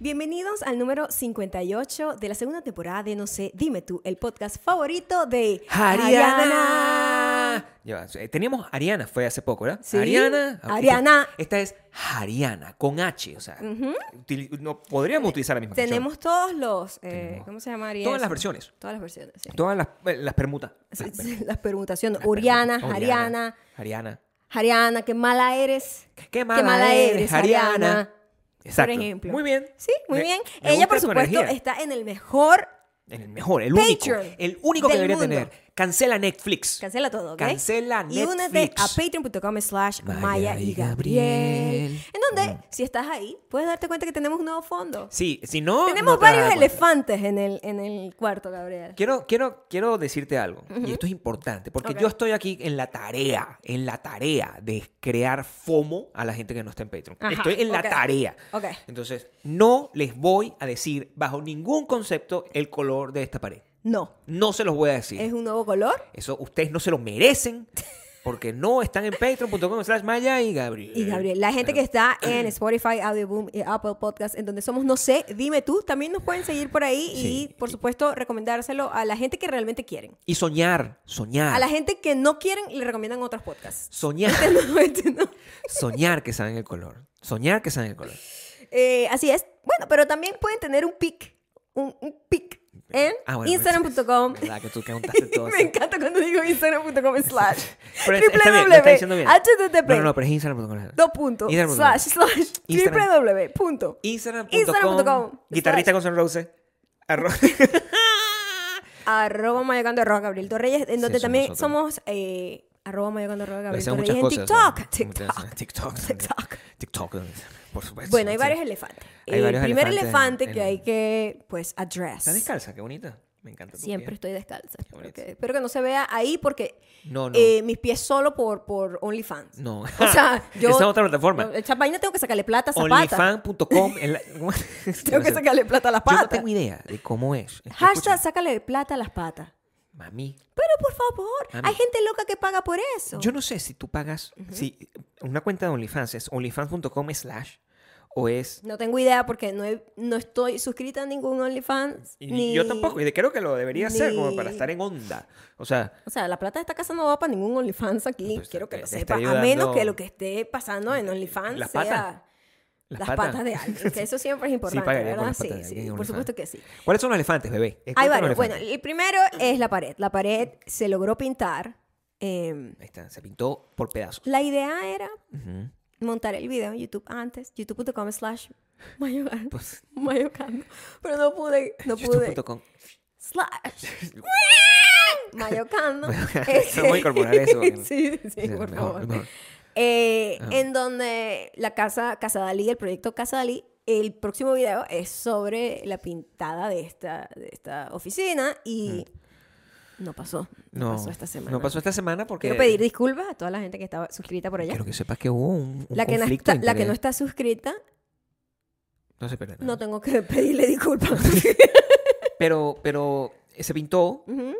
Bienvenidos al número 58 de la segunda temporada de No sé, dime tú, el podcast favorito de Ariana. Ya, eh, teníamos Ariana, fue hace poco, ¿verdad? Sí. Ariana. ah, Ariana. Esta, esta es Ariana, con H. O sea, util- no, podríamos utilizar la misma canción. Tenemos todos los, eh, Tenemos ¿cómo se llamaría? todas eso? las versiones. Todas las versiones, sí. Todas las, eh, las permutas. Sí, Las sí, las permutaciones. Oriana, permutas. Ariana, Ariana. Ariana, qué mala eres. Qué mala, eres, Ariana. Exacto. ejemplo. Muy bien. Sí, muy Me- bien. me Ella, gusta por tu supuesto, energía. está en el mejor. El mejor, el Patreon único. El único que del debería mundo. tener. Cancela Netflix. Cancela todo, ¿ok? Cancela Y únete a Netflix. patreon.com slash Maya Maya y y Gabriel. Gabriel. Mm. En donde, si estás ahí, puedes darte cuenta que tenemos un nuevo fondo. Sí, si no. Tenemos no te vas a varios dar cuenta. elefantes en el, en el cuarto, Gabriel. Quiero, quiero, quiero decirte algo, y esto es importante, porque Ok. yo estoy aquí en la tarea, en la tarea de crear FOMO a la gente que no está en Patreon. Ajá, estoy en ok. la tarea. Ok. Entonces, no les voy a decir bajo ningún concepto el color de esta pared. No. No se los voy a decir. Es un nuevo color Eso ustedes no se lo merecen porque no están en patreon.com slash maya y Gabriel. Y Gabriel, la gente que está en Spotify, Audioboom y Apple Podcast, en donde somos No sé, dime tú, también nos pueden seguir por ahí y, Sí. por supuesto, recomendárselo a la gente que realmente quieren. Y soñar, soñar. A la gente que no quieren, le recomiendan otros podcasts. Soñar, No, este no. soñar que saben el color. Soñar que saben el color. Eh, así es. Bueno, pero también pueden tener un pic, un, un pic en Ah, bueno, Instagram.com. ¿Verdad que tú contaste todo Me eso? encanta cuando digo Instagram.com slash. Pero es- está bien, lo está diciendo bien. www.http. No, no, no, pero es Instagram.com. Dos puntos. Instagram Slash, slash. Instagram. www. Punto. Instagram.com. Instagram.com. Guitarrista con San Rose. Arroz. Arroba Mayocando Arroba Gabriel Torreyes. En donde somos también nosotros. somos eh, arroba Mayocando Arroba Gabriel Hacemos Torreyes muchas en cosas. TikTok. ¿no? TikTok. Muchas- TikTok. TikTok. TikTok. Por supuesto. Bueno, hay sí. varios elefantes. Hay el varios primer elefantes elefante en- que hay que, pues, Está address. descalza, qué bonita. Me encanta. tu Siempre pie. estoy descalza. Espero bonito. que, espero que no se vea ahí porque No, no. eh, mis pies solo por, por OnlyFans. No. O sea, yo. Esa es otra plataforma. no, Esa vaina tengo que sacarle plata a Zapata. Onlyfan.com. en la- Este, Tengo que sacarle plata a las Yo no patas. tengo idea de cómo es. Estoy Hashtag, escuchando- sácale plata a las patas. Mami. Pero por favor, Mami. hay gente loca que paga por eso. Yo no sé si tú pagas. Si una cuenta de OnlyFans es onlyfans.com slash o es No tengo idea porque no, he- no estoy suscrita a ningún OnlyFans. Y ni- yo tampoco, y creo que lo debería hacer como para ni- estar en onda. O sea, O sea, la plata de esta casa no va para ningún OnlyFans aquí. Pues, quiero que te- lo te sepa. está A menos ayudando- que lo que esté pasando en OnlyFans las sea patas. las, las, patas. de alguien. Que eso siempre es importante, pagaría por ¿verdad? las Sí, patas de sí, alguien en por OnlyFans. supuesto que sí. ¿Cuáles son los elefantes, bebé? Eh, Hay cuéntanos varios. los Bueno, elefantes. el primero es la pared. La pared se logró pintar. eh, Ahí está, se pintó por pedazos. la idea era Ujú. montar el video en YouTube antes, youtube.com slash mayocando, Pues- mayocando. pero no pude, no pude, YouTube.com. slash mayocando. Eso, vamos a incorporar eso, porque- eh, sí, sí, Sí, por mejor, favor. mejor. Eh, Ajá. En donde la casa Casa Dalí, el proyecto Casa Dalí, el próximo video es sobre la pintada de esta, de esta oficina y no pasó, no, Mm. No, pasó esta semana. No pasó esta semana porque. Quiero pedir disculpas a toda la gente que estaba suscrita por allá. Quiero que sepas que hubo un, un La que, no conflicto está, de la que no interés. está suscrita, No se pierde nada. no tengo que pedirle disculpas. Pero, pero eh, se pintó. Ujú,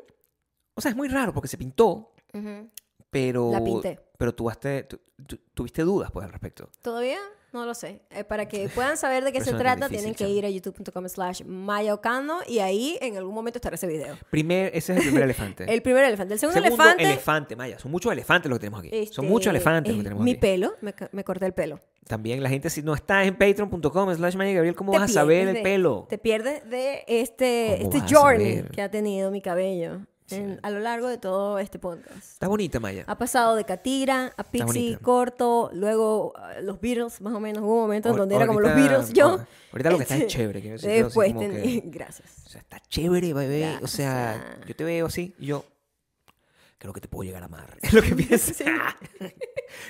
O sea, es muy raro porque se pintó, ujú. pero. La pinté. Pero tuvaste- tu- tu- tuviste dudas pues al respecto. Todavía no lo sé. Eh, para que puedan saber de qué se Persona tan trata, tienen difícil, que chamo. ir a youtube.com slash mayocano y ahí en algún momento estará ese video. Primer, ese es el primer elefante. El primer elefante. El segundo, Segundo elefante... Maya. Son muchos elefantes los que tenemos aquí. este, Son muchos elefantes los es que tenemos Mi aquí. pelo, me, ca- me corté el pelo. También la gente, si no está en patreon.com slash Maya Gabriel, ¿cómo Te vas a saber pierdes el de- pelo? Te pierdes de este, ¿Cómo este vas a journey saber? que ha tenido mi cabello en- a lo largo de todo este podcast. Está bonita, Maya. Ha pasado de Catira a Pixie bonita. corto, luego ah, los Beatles, más o menos. Hubo un momento en Ahor- donde era como los ahorita- Beatles, yo. ahor- ahorita lo que está es Este, chévere, quiero decir, yo así Después, como ten- que- gracias. O sea, está chévere, bebé. o sea, Gracias. yo te veo así y yo creo que te puedo llegar a amar. Es lo que pienso. Sí.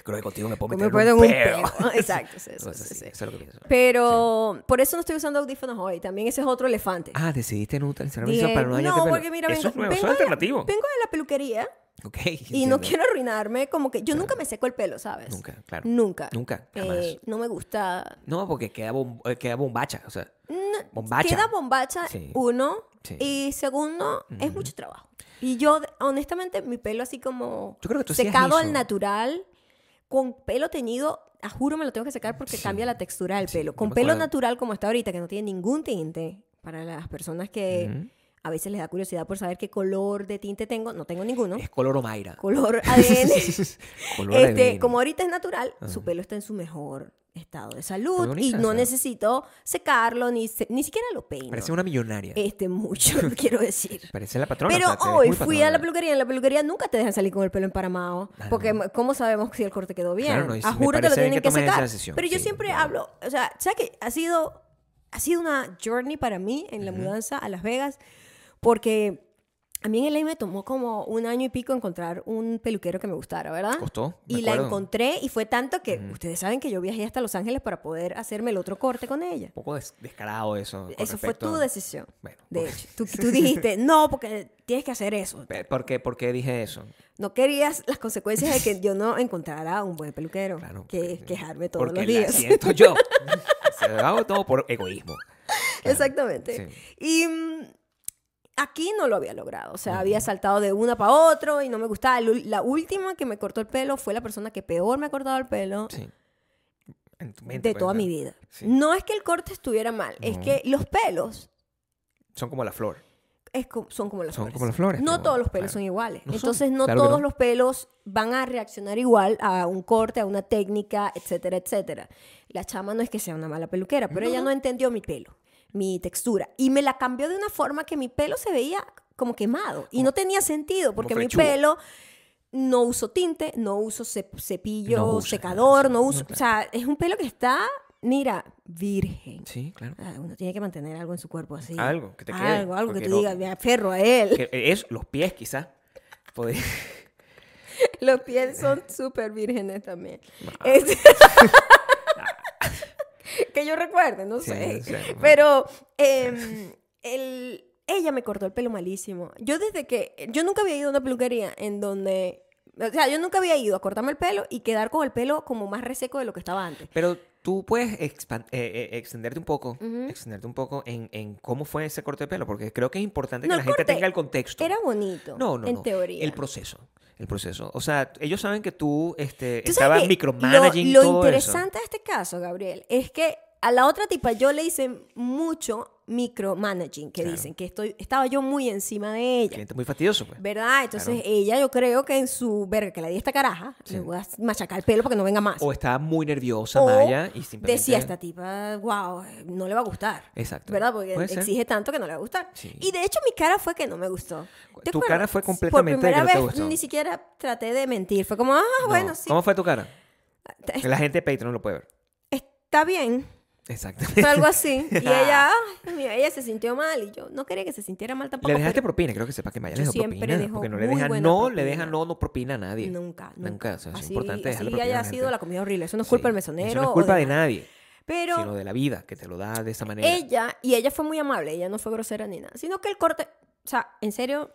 creo Ah, que contigo me puedo Como meter me puedo en un peo. peo. Ah, Exacto, sí, sí, Cosas sí, así, sí. Eso es lo que pienso. Pero por eso no estoy usando audífonos hoy. También ese es otro elefante. Ah, decidiste no utilizar Dije, para no dañarte el no, pelo. porque mira, Eso vengo, es nuevo, vengo eso es de la- alternativo. vengo de la peluquería Ok, y no entiendo. quiero arruinarme. Como que yo nunca me seco el pelo, ¿sabes? Nunca, claro. Nunca. Nunca, Eh, jamás. no me gusta. No, porque queda, bom- eh, queda bombacha, o sea, No, bombacha. Queda bombacha, Sí. uno. Sí. Y segundo, es mucho trabajo. Y yo, de- honestamente, mi pelo así como Yo creo que tú hacías secado al eso. natural, con pelo teñido, ah, juro me lo tengo que sacar porque Sí. cambia la textura del Sí, pelo. yo Con me pelo acuerdo. natural como está ahorita, que no tiene ningún tinte, para las personas que Ujú. a veces les da curiosidad por saber qué color de tinte tengo, no tengo ninguno. Es color Omaira. Color ADN. Color este, ADN. como ahorita es natural, su Ajá. pelo pelo está en su mejor estado de salud y bonita no esa. necesito secarlo ni, se- ni siquiera lo peino. Parece una millonaria. Este mucho, quiero decir. Parece la patrona. Pero o sea, te ves hoy muy fui a patronal. la peluquería. En la peluquería nunca te dejan salir con el pelo emparamado. Ah, Porque, no. ¿cómo sabemos si el corte quedó bien? Claro, no, y sí, a me juro que lo parece bien tienen que que, tomen esa sacar. decisión, Pero yo sí, siempre claro. hablo, o sea, ¿sabes qué? Ha sido, ha sido una journey para mí en la mudanza a Las Vegas. Porque a mí en LA me tomó como un año y pico encontrar un peluquero que me gustara, ¿verdad? Costó, me Y la acuerdo. encontré y fue tanto que ustedes saben que yo viajé hasta Los Ángeles para poder hacerme el otro corte con ella. Un poco des- descarado eso. con Eso fue respecto tu a- decisión. Bueno, de ok. hecho, tú, tú dijiste, no, porque tienes que hacer eso. Pe- ¿Por qué, por qué dije eso? No querías las consecuencias de que yo no encontrara un buen peluquero. Claro. que es porque- quejarme todos porque los la días. siento yo. Se lo hago todo por egoísmo. Claro, Exactamente. sí. Y mm, aquí no lo había logrado. O sea, había saltado de una para otro y no me gustaba. El ul- La última que me cortó el pelo fue la persona que peor me ha cortado el pelo Sí. En tu mente, de pues, toda ¿no? mi vida. Sí. No es que el corte estuviera mal, es No. que los pelos Son como la flor. es co- son como las Son flores. como las flores, No pero, todos los pelos claro. son iguales. No son, Entonces, no claro que todos no. los pelos van a reaccionar igual a un corte, a una técnica, etcétera, etcétera. La chama no es que sea una mala peluquera, pero ella no entendió mi pelo, mi textura. Y me la cambió de una forma que mi pelo se veía como quemado. Y no tenía sentido, porque mi flechudo. pelo no uso tinte, no uso cep- cepillo, No usa, secador, sí, no no, uso. claro. O sea, es un pelo que está, mira, virgen. Sí, claro. Ah, Uno tiene que mantener algo en su cuerpo así. Algo que te quede, Algo, algo que porque tú no- digas, me aferro a él. Que Es los pies, quizás. Podría- Los pies son súper vírgenes también. Nah. Es- que yo recuerde, no Sí, sé. sí, bueno. Pero em, el- ella me cortó el pelo malísimo. Yo desde que... Yo nunca había ido a una peluquería en donde... O sea, yo nunca había ido a cortarme el pelo y quedar con el pelo como más reseco de lo que estaba antes. Pero tú puedes expan- eh, eh, extenderte un poco, extenderte un poco en, en cómo fue ese corte de pelo, porque creo que es importante No, que la el gente corte tenga el contexto. Era bonito. no, no, En no. teoría. El proceso. El proceso. O sea, ellos saben que tú, este, ¿Tú sabes estabas qué? micromanaging Lo, lo todo eso. interesante de este caso, Gabriel, es que a la otra tipa yo le hice mucho micromanaging, que Claro. dicen que estoy, estaba yo muy encima de ella. Cliente muy fastidioso, pues. ¿Verdad? Entonces ella yo creo que en su verga que la di a esta caraja, le voy a machacar el pelo para que no venga más. O estaba muy nerviosa, O Maya, y simplemente... decía esta tipa, wow, no le va a gustar. Exacto. ¿Verdad? Porque Puede ser. exige tanto que no le va a gustar. Sí. Y de hecho mi cara fue que no me gustó. ¿Te Tu acuerdas? cara fue completamente Por primera que no te vez gustó. ni siquiera traté de mentir. Fue como, ah, No. bueno, sí. ¿Cómo fue tu cara? La gente de Patreon lo puede ver. Está bien. Exacto. Fue algo así. Y ella, "Ay, Dios mío", ella se sintió mal y yo no quería que se sintiera mal tampoco. Le dejaste pero propina, creo que sepa que Maya Yo le dejó siempre propina. dejo porque no le muy deja, buena no, le deja propina. no, no propina a nadie. Nunca, nunca. Nunca. O sea, es así, importante dejarle así propina. a haya la sido gente. la comida horrible. Eso no es Sí. culpa del Eso mesonero. no es o culpa de nada. nadie, Pero e- sino de la vida que te lo da de esa manera. ella, y ella fue muy amable, ella no fue grosera ni nada, sino que el corte, o sea, en serio,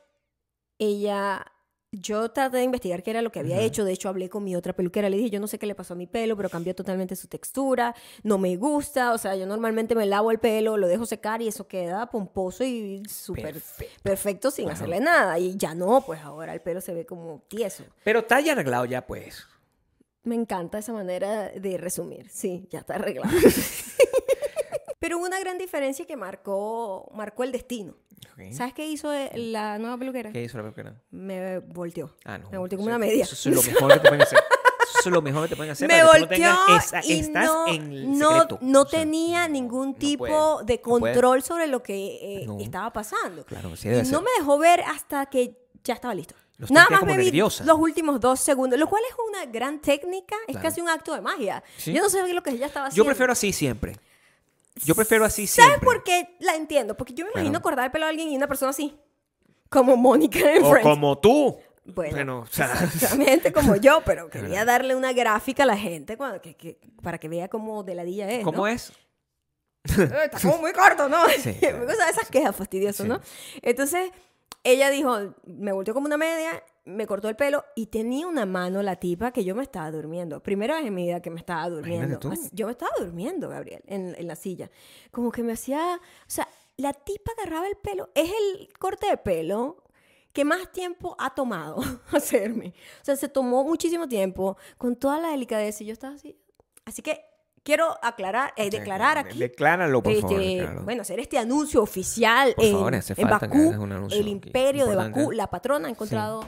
ella, yo traté de investigar qué era lo que había Ujú. hecho, de hecho hablé con mi otra peluquera, le dije, yo no sé qué le pasó a mi pelo, pero cambió totalmente su textura, no me gusta, o sea, yo normalmente me lavo el pelo, lo dejo secar y eso queda pomposo y súper perfecto. Perfecto. sin Wow. hacerle nada, y ya no, pues ahora el pelo se ve como tieso. Pero está ya arreglado ya, pues. Me encanta esa manera de resumir. Sí, ya está arreglado. Pero hubo una gran diferencia que marcó, marcó el destino. ¿Sabes qué hizo eh, la nueva peluquera? ¿Qué hizo la peluquera? Me volteó. Ah, no. Me volteó como Eso- una media. Eso es lo mejor que te pueden hacer. Eso es lo mejor que te pueden hacer. me para que tú no volteó tengas esa- y estás no, en el no, secreto. no O sea, tenía no, ningún no tipo puede, de no puede. control sobre lo que eh, No. estaba pasando. Claro, sí Y debe no ser. me dejó ver hasta que ya estaba listo. Los Nada sentía más como me vi nerviosa. los últimos dos segundos, lo cual es una gran técnica, es Claro. casi un acto de magia. Sí. Yo no sé lo que ella estaba haciendo. Yo prefiero así siempre. Yo prefiero así siempre. ¿Sabes por qué la entiendo? Porque yo me Claro. imagino cortar el pelo a alguien y una persona así, como Mónica en O Friends. como tú. Bueno, o sea, Exactamente como yo, pero quería darle una gráfica a la gente cuando- que- que- para que vea cómo deladilla es. ¿no? ¿cómo es? Eh, Está como muy corto, ¿no? Sí, claro. Me gustan esas quejas fastidiosas, Sí. ¿no? Entonces, ella dijo, me volteó como una media, me cortó el pelo y tenía una mano la tipa que yo me estaba durmiendo. Primera vez en mi vida que me estaba durmiendo. tú. Así- Yo me estaba durmiendo, Gabriel, en, en la silla. Como que me hacía, o sea, la tipa agarraba el pelo. Es el corte de pelo que más tiempo ha tomado hacerme. O sea, se tomó muchísimo tiempo con toda la delicadeza y yo estaba así. Así que quiero aclarar, eh, declarar aquí. Decláralo, Oh, por que- favor. que, decláralo. Eh, Bueno, hacer este anuncio oficial Por en, favor, hace en falta que Bakú, hagas un anuncio el aquí. imperio de Importante. Bakú, la patrona ha encontrado.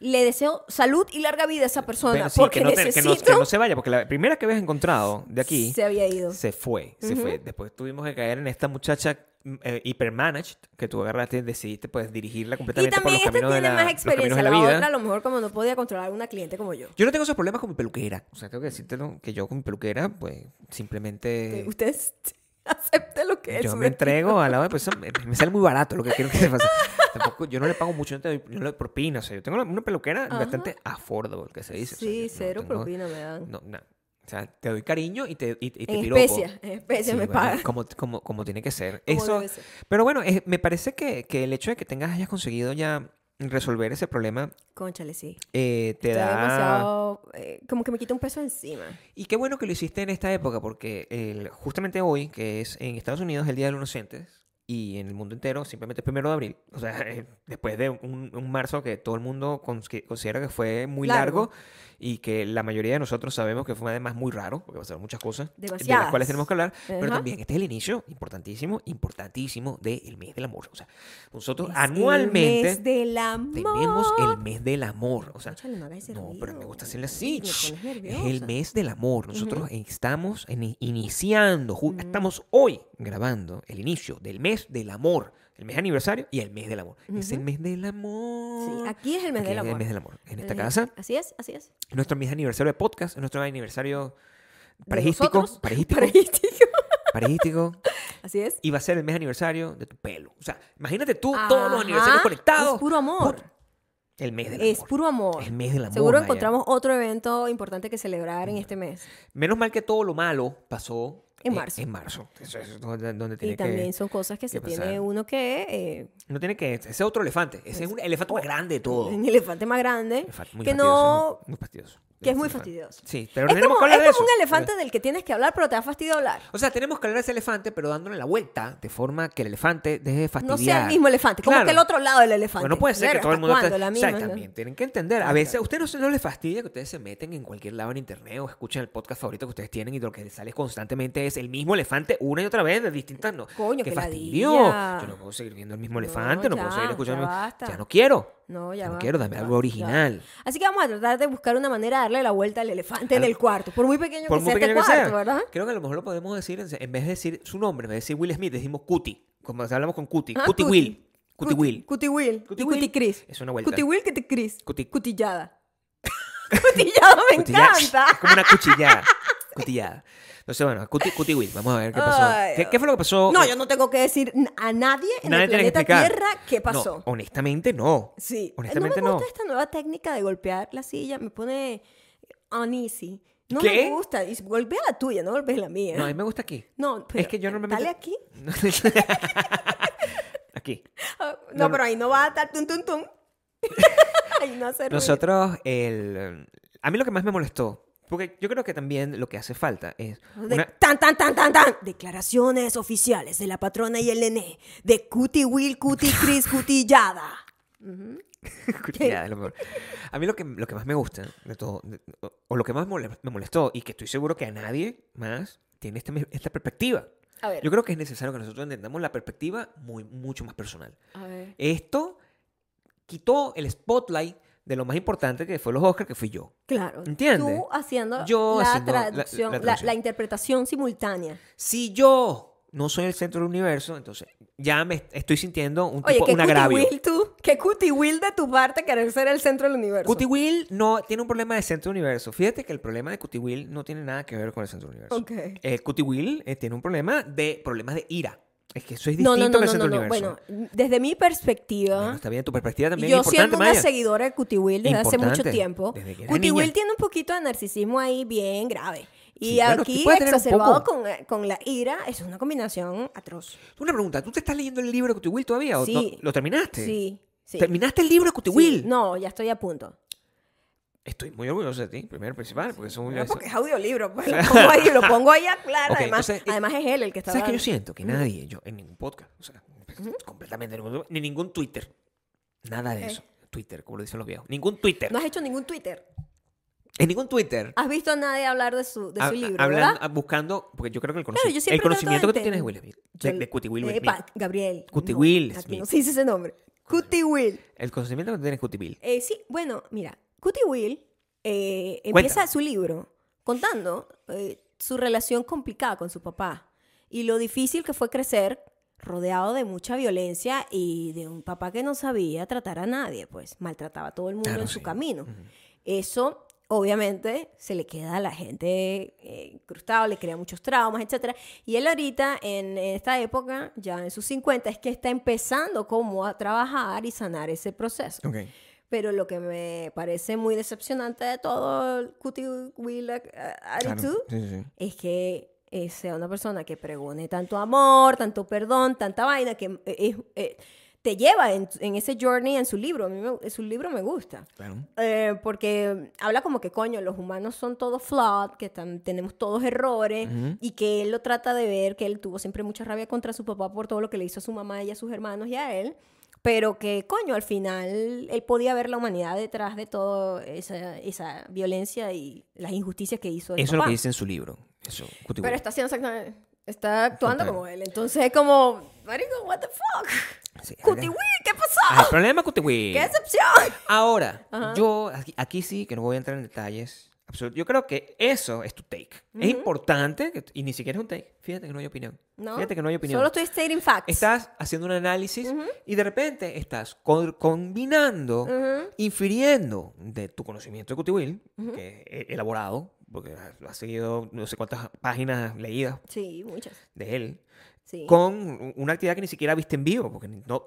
Le deseo salud y larga vida a esa persona, Pero sí, porque que, no te- que no- necesito... que no se vaya, porque la primera que habías encontrado de aquí Se se, había ido. fue, se fue. Después tuvimos que caer en esta muchacha mm, eh, hipermanaged que tú agarraste, decidiste pues dirigirla Y completamente por también los esta caminos, tiene de la, más los caminos experiencia. de la La, vida. otra, a lo mejor, como no podía controlar a una cliente como yo. Yo no tengo esos problemas con mi peluquera. O sea, tengo que decirte que yo con mi peluquera, pues simplemente. Usted acepte lo que es. Yo su me destino. entrego a la hora, pues, me, me sale muy barato lo que quiero que se pase. Tampoco, yo no le pago mucho, yo no te- yo no le propina. O sea, yo tengo una- una peluquera Ajá. bastante affordable, que se dice. o sea, yo Sí, no cero tengo- propina me dan. No, no. O sea, te doy cariño y te, y, y te en piropo. especia, en especia Sí, me bueno, pagan. Como, como, como tiene que ser. Como Eso, debe ser. pero bueno, eh, me parece que, que el hecho de que tengas, hayas conseguido ya resolver ese problema Conchale, sí. eh, te Estoy da... demasiado... eh, como que me quita un peso encima. Y qué bueno que lo hiciste en esta época, porque el- justamente hoy, que es en Estados Unidos el Día de los Inocentes, y en el mundo entero simplemente es primero de abril. O sea, eh, después de un, un marzo que todo el mundo cons- que considera que fue muy largo. Largo. y que la mayoría de nosotros sabemos que fue además muy raro, porque pasaron muchas cosas de las Demasiadas. cuales tenemos que hablar, pero Ajá. también este es el inicio importantísimo, importantísimo del mes del amor. O sea, nosotros Es anualmente El mes del amor. tenemos el mes del amor. O sea, Cónchale, no hagas ese no, ruido. pero me gusta hacerle Sí, así. me Shh. pones Es el nerviosa. mes del amor. Nosotros estamos en- iniciando, ju- estamos hoy grabando el inicio del mes del amor. El mes aniversario y el mes del amor. Es el mes del amor. Sí, aquí es el mes Aquí del es amor. En esta casa, Así es, así es. nuestro mes de aniversario de podcast, nuestro aniversario De parejístico, nosotros. parejístico, Parejístico. parejístico, Así es. y va a ser el mes aniversario de tu pelo. O sea, imagínate tú todos los aniversarios Ajá, conectados. Es puro amor. El mes del Es amor. puro amor. El mes del amor, Seguro Maya. Mm. encontramos otro evento importante que celebrar en este mes. Menos mal que todo lo malo pasó En eh, marzo. En marzo. Eso es donde, donde tiene Y también que. son cosas que se pasar. tiene uno que... eh, No tiene que. Ese es otro elefante. Pues, Ese es un elefante más grande de todo. un elefante más grande Oh. Elefante muy que fastidioso, no... Muy, muy fastidioso. que es muy Elefante. fastidioso. Sí, pero es tenemos como, que hablar es de como eso. un elefante del que tienes que hablar, pero te da fastidio hablar. O sea, tenemos que hablar de ese elefante, pero dándole la vuelta de forma que el elefante deje de fastidiar. No sea el mismo elefante, como Claro. que el otro lado del elefante. Bueno, no puede ser que Verga, todo el ¿hasta mundo... cuándo? esté- La o sea, misma, ¿no? también tienen que entender. A veces a ustedes no, se- no les fastidia que ustedes se meten en cualquier lado en internet o escuchen el podcast favorito que ustedes tienen y lo que les sale constantemente es el mismo elefante una y otra vez de distintas... No, Coño, ¡Qué qué fastidio! ladilla. Yo no puedo seguir viendo el mismo No, elefante, no, puedo ya, seguir escuchando... ya basta. Ya no quiero. No, Ya ya no va, quiero, dame ya algo va, original. ya va. Así que vamos a tratar de buscar una manera de darle la vuelta al elefante en Al- el cuarto, por muy pequeño Por que muy sea pequeño este que cuarto, sea. ¿verdad? Creo que a lo mejor lo podemos decir, en en vez de decir su nombre, en vez de decir Will Smith, decimos Cuti. Como hablamos con Cuti. Ah, Cuti Cuti. Will. Cuti Will. Cuti Will. Cuti y Will Cuti Cris. es una vuelta. Cuti Will, Cuti Cris. Cuti- Cutillada. Cutillada me Cutilla- encanta. Es como una cuchillada. Cutillada. Entonces, bueno, cuti, cuti Will. Vamos a ver qué pasó. Ay, ¿Qué, qué fue lo que pasó? No, yo no tengo que decir n- a nadie en eh, Nadie el tiene que planeta explicar. Tierra qué No, pasó. honestamente, no. Sí. Eh, Honestamente, no me no. gusta esta nueva técnica de golpear la silla. Me pone uneasy. No ¿Qué? me gusta. Y golpea la tuya, no golpees la mía. No, a mí me gusta aquí. No, pero es que yo normalmente. Dale aquí. aquí. Ah, No, No, no. pero ahí no va a estar tum, tum, tum. ahí no hace ruido. Nosotros, el. A mí lo que más me molestó. Porque yo creo que también lo que hace falta es. De- una- Tan, tan, tan, tan, tan. Declaraciones oficiales de la patrona y el nené. De Cuti Will, Cuti Cris, Cutillada. Cutillada, lo peor. A mí lo que, lo que más me gusta de todo, de- o, o lo que más mole- me molestó, y que estoy seguro que a nadie más tiene este me- esta perspectiva. A ver. Yo creo que es necesario que nosotros entendamos la perspectiva muy, mucho más personal. A ver. Esto quitó el spotlight de lo más importante que fue los Oscars, que fui yo. Claro. ¿Entiendes? Tú haciendo Yo la, haciendo la- la- la traducción, la- traducción. la interpretación simultánea. Si yo no soy el centro del universo, entonces ya me est- estoy sintiendo un, Oye, tipo, qué un agravio. cutiwill tú, qué cutiwill de tu parte querer ser el centro del universo. Cutie Will no tiene un problema de centro de universo. Fíjate que el problema de Cutie Will no tiene nada que ver con el centro de universo. Ok. El Cutie Will eh, tiene un problema de problemas de ira. Es que eso es No, no, no, distinto que el no, centro no, del no. universo. Bueno, desde mi perspectiva, Bueno, está bien, tu perspectiva también yo es importante, siendo una Maya. seguidora de Cuti Will desde hace Importante, mucho tiempo, desde que eras Cuti niña. Will tiene un poquito de narcisismo ahí bien grave. Y Sí, bueno, tú aquí puedes tener un exacerbado poco. con, eh, con la ira es una combinación atroz. Una pregunta, ¿tú te estás leyendo el libro de Cutie Will todavía? ¿O Sí. no- ¿Lo terminaste? Sí, sí. ¿Terminaste el libro de Cutie Sí, Will? No, ya estoy a punto. Estoy muy orgulloso de ti, primero y principal, porque son No, porque es audiolibro, pues lo pongo ahí, lo pongo ahí a claro. Ok, además, entonces, eh, además es él el que está ¿Sabes qué yo hablando. siento? Que nadie, yo, en ningún podcast, o sea, completamente, ningún- ni ningún Twitter, nada de Ok. eso. Twitter, como lo dicen los viejos. Ningún Twitter. No has hecho ningún Twitter. En ningún Twitter. ¿Has visto a nadie hablar de su, Ah, de ha- su libro, hablan- verdad? ah, buscando, porque yo creo que el Claro, yo conocimiento, el siempre trato de conocimiento que tú tienes de Will entender. Smith, Yo- de, de Cutie Will Smith, Epa, Gabriel. Cutie no, Will Aquí Smith. no se dice ese nombre. Cutie Will. el conocimiento que tú tienes de Cutie Will. Eh, sí, bueno, mira, Cutie Will eh, empieza Cuéntame. su libro contando eh, su relación complicada con su papá y lo difícil que fue crecer rodeado de mucha violencia y de un papá que no sabía tratar a nadie, pues maltrataba a todo el mundo Claro, en su sí. camino. Eso, obviamente, se le queda a la gente eh, incrustado, le crea muchos traumas, etc. Y él ahorita, en esta época, ya en sus 50, es que está empezando como a trabajar y sanar ese proceso. Ok. Pero lo que me parece muy decepcionante de todo el Cutie Will eh, Claro, attitude sí, sí, sí. es que eh, sea una persona que pregone tanto amor, tanto perdón, tanta vaina que eh, es- eh, te lleva en, en ese journey en su libro. A mí me- su libro me gusta. Claro. Eh, porque habla como que, coño, los humanos son todos flawed, que tam- tenemos todos errores, y que él lo trata de ver, que él tuvo siempre mucha rabia contra su papá por todo lo que le hizo a su mamá y a sus hermanos y a él, pero que, coño, al final él podía ver la humanidad detrás de toda esa, esa violencia y las injusticias que hizo. el Eso es lo papá. que dice en su libro. Eso, Cutie Pero Will. está haciendo exactamente, está actuando Exactamente. como él, entonces es como, marico, what the fuck, Sí, acá- Cutie Will, ¿qué pasó? Ah, el problema es Cutie Will. ¿Qué excepción? Ahora, yo aquí, aquí sí que no voy a entrar en detalles. absolut- Yo creo que eso es tu take. Es importante, que- y ni siquiera es un take. Fíjate que no hay opinión. No, Fíjate que no hay opinión. Solo estoy stating facts. Estás haciendo un análisis y de repente estás co- combinando, infiriendo de tu conocimiento de Cutie Will, que es eh, elaborado, porque lo has seguido no sé cuántas páginas leídas Sí, muchas. de él, Sí. con una actividad que ni siquiera viste en vivo, porque no...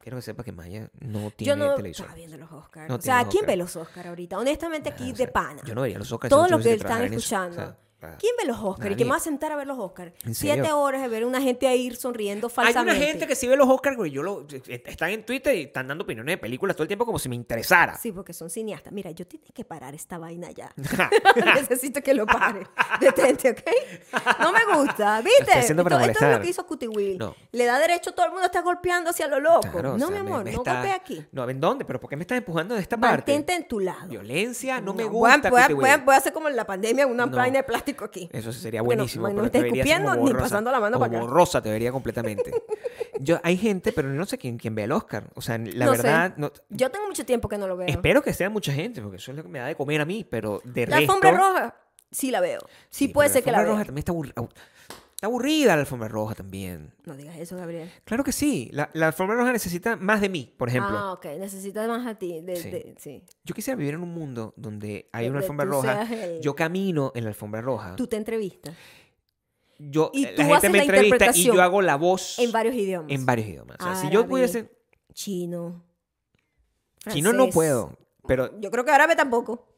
Quiero que sepas que Maya no tiene Yo no televisión. estaba viendo los Oscars. No o sea, tiene ¿quién Oscar. ve los Oscars ahorita? Honestamente, aquí O de sea, pana. Yo no vería los Oscars. si no Todo lo tuviese que están trabajar en eso. escuchando. O sea, claro. ¿Quién ve los Oscars? ¿Y qué me Nadie. va a sentar a ver los Oscars? ¿En serio? Siete horas de ver una gente ahí sonriendo Hay falsamente. una gente que sí ve los Oscars, güey. Yo lo, están en Twitter y están dando opiniones de películas todo el tiempo como si me interesara. Ah. Sí, porque son cineastas. Mira, yo tengo que parar esta vaina ya. Ja. Necesito que lo pare. Detente, ¿ok? No me gusta. ¿Viste? estoy haciendo para esto, esto es lo molestar. que hizo Cutie Will. No. Le da derecho, todo el mundo está golpeando hacia lo loco. Claro, o no, sea, mi me- amor, me no está- golpea aquí. No, ¿en dónde? ¿Pero por qué me estás empujando de esta Mantente parte? en tu lado. Violencia, no me No, voy a- gusta. Voy a, Cutie voy a- Will. voy a hacer como en la pandemia una No. vaina de plástico aquí. Eso sí sería Porque no- buenísimo. no pero esté te verías escupiendo como ni borrosa, pasando la mano como para acá. Borrosa te vería completamente. Yo, hay gente, pero no sé quién, quién ve el Oscar. O sea, la No sé. verdad, no- Yo tengo mucho tiempo que no lo veo. espero que sea mucha gente, porque eso es lo que me da de comer a mí, pero de la resto... alfombra roja, sí la veo. Sí, pero puede ser que la alfombra vea. roja también está, aburri- abu- está aburrida la alfombra roja también. No digas eso, Gabriel. Claro que sí. La, la alfombra roja necesita más de mí, por ejemplo. Ah, ok. Necesitas más a ti. de- Sí. de- sí. Yo quisiera vivir en un mundo donde hay una Donde alfombra tú roja. seas el- Yo camino en la alfombra roja. Tú te entrevistas yo, y la tú gente haces me la entrevista y yo interpretación hago la voz en varios idiomas. en varios idiomas. O sea, si yo Árabe, pudiese. Chino. Chino no francés. puedo. Pero, Yo creo que árabe tampoco.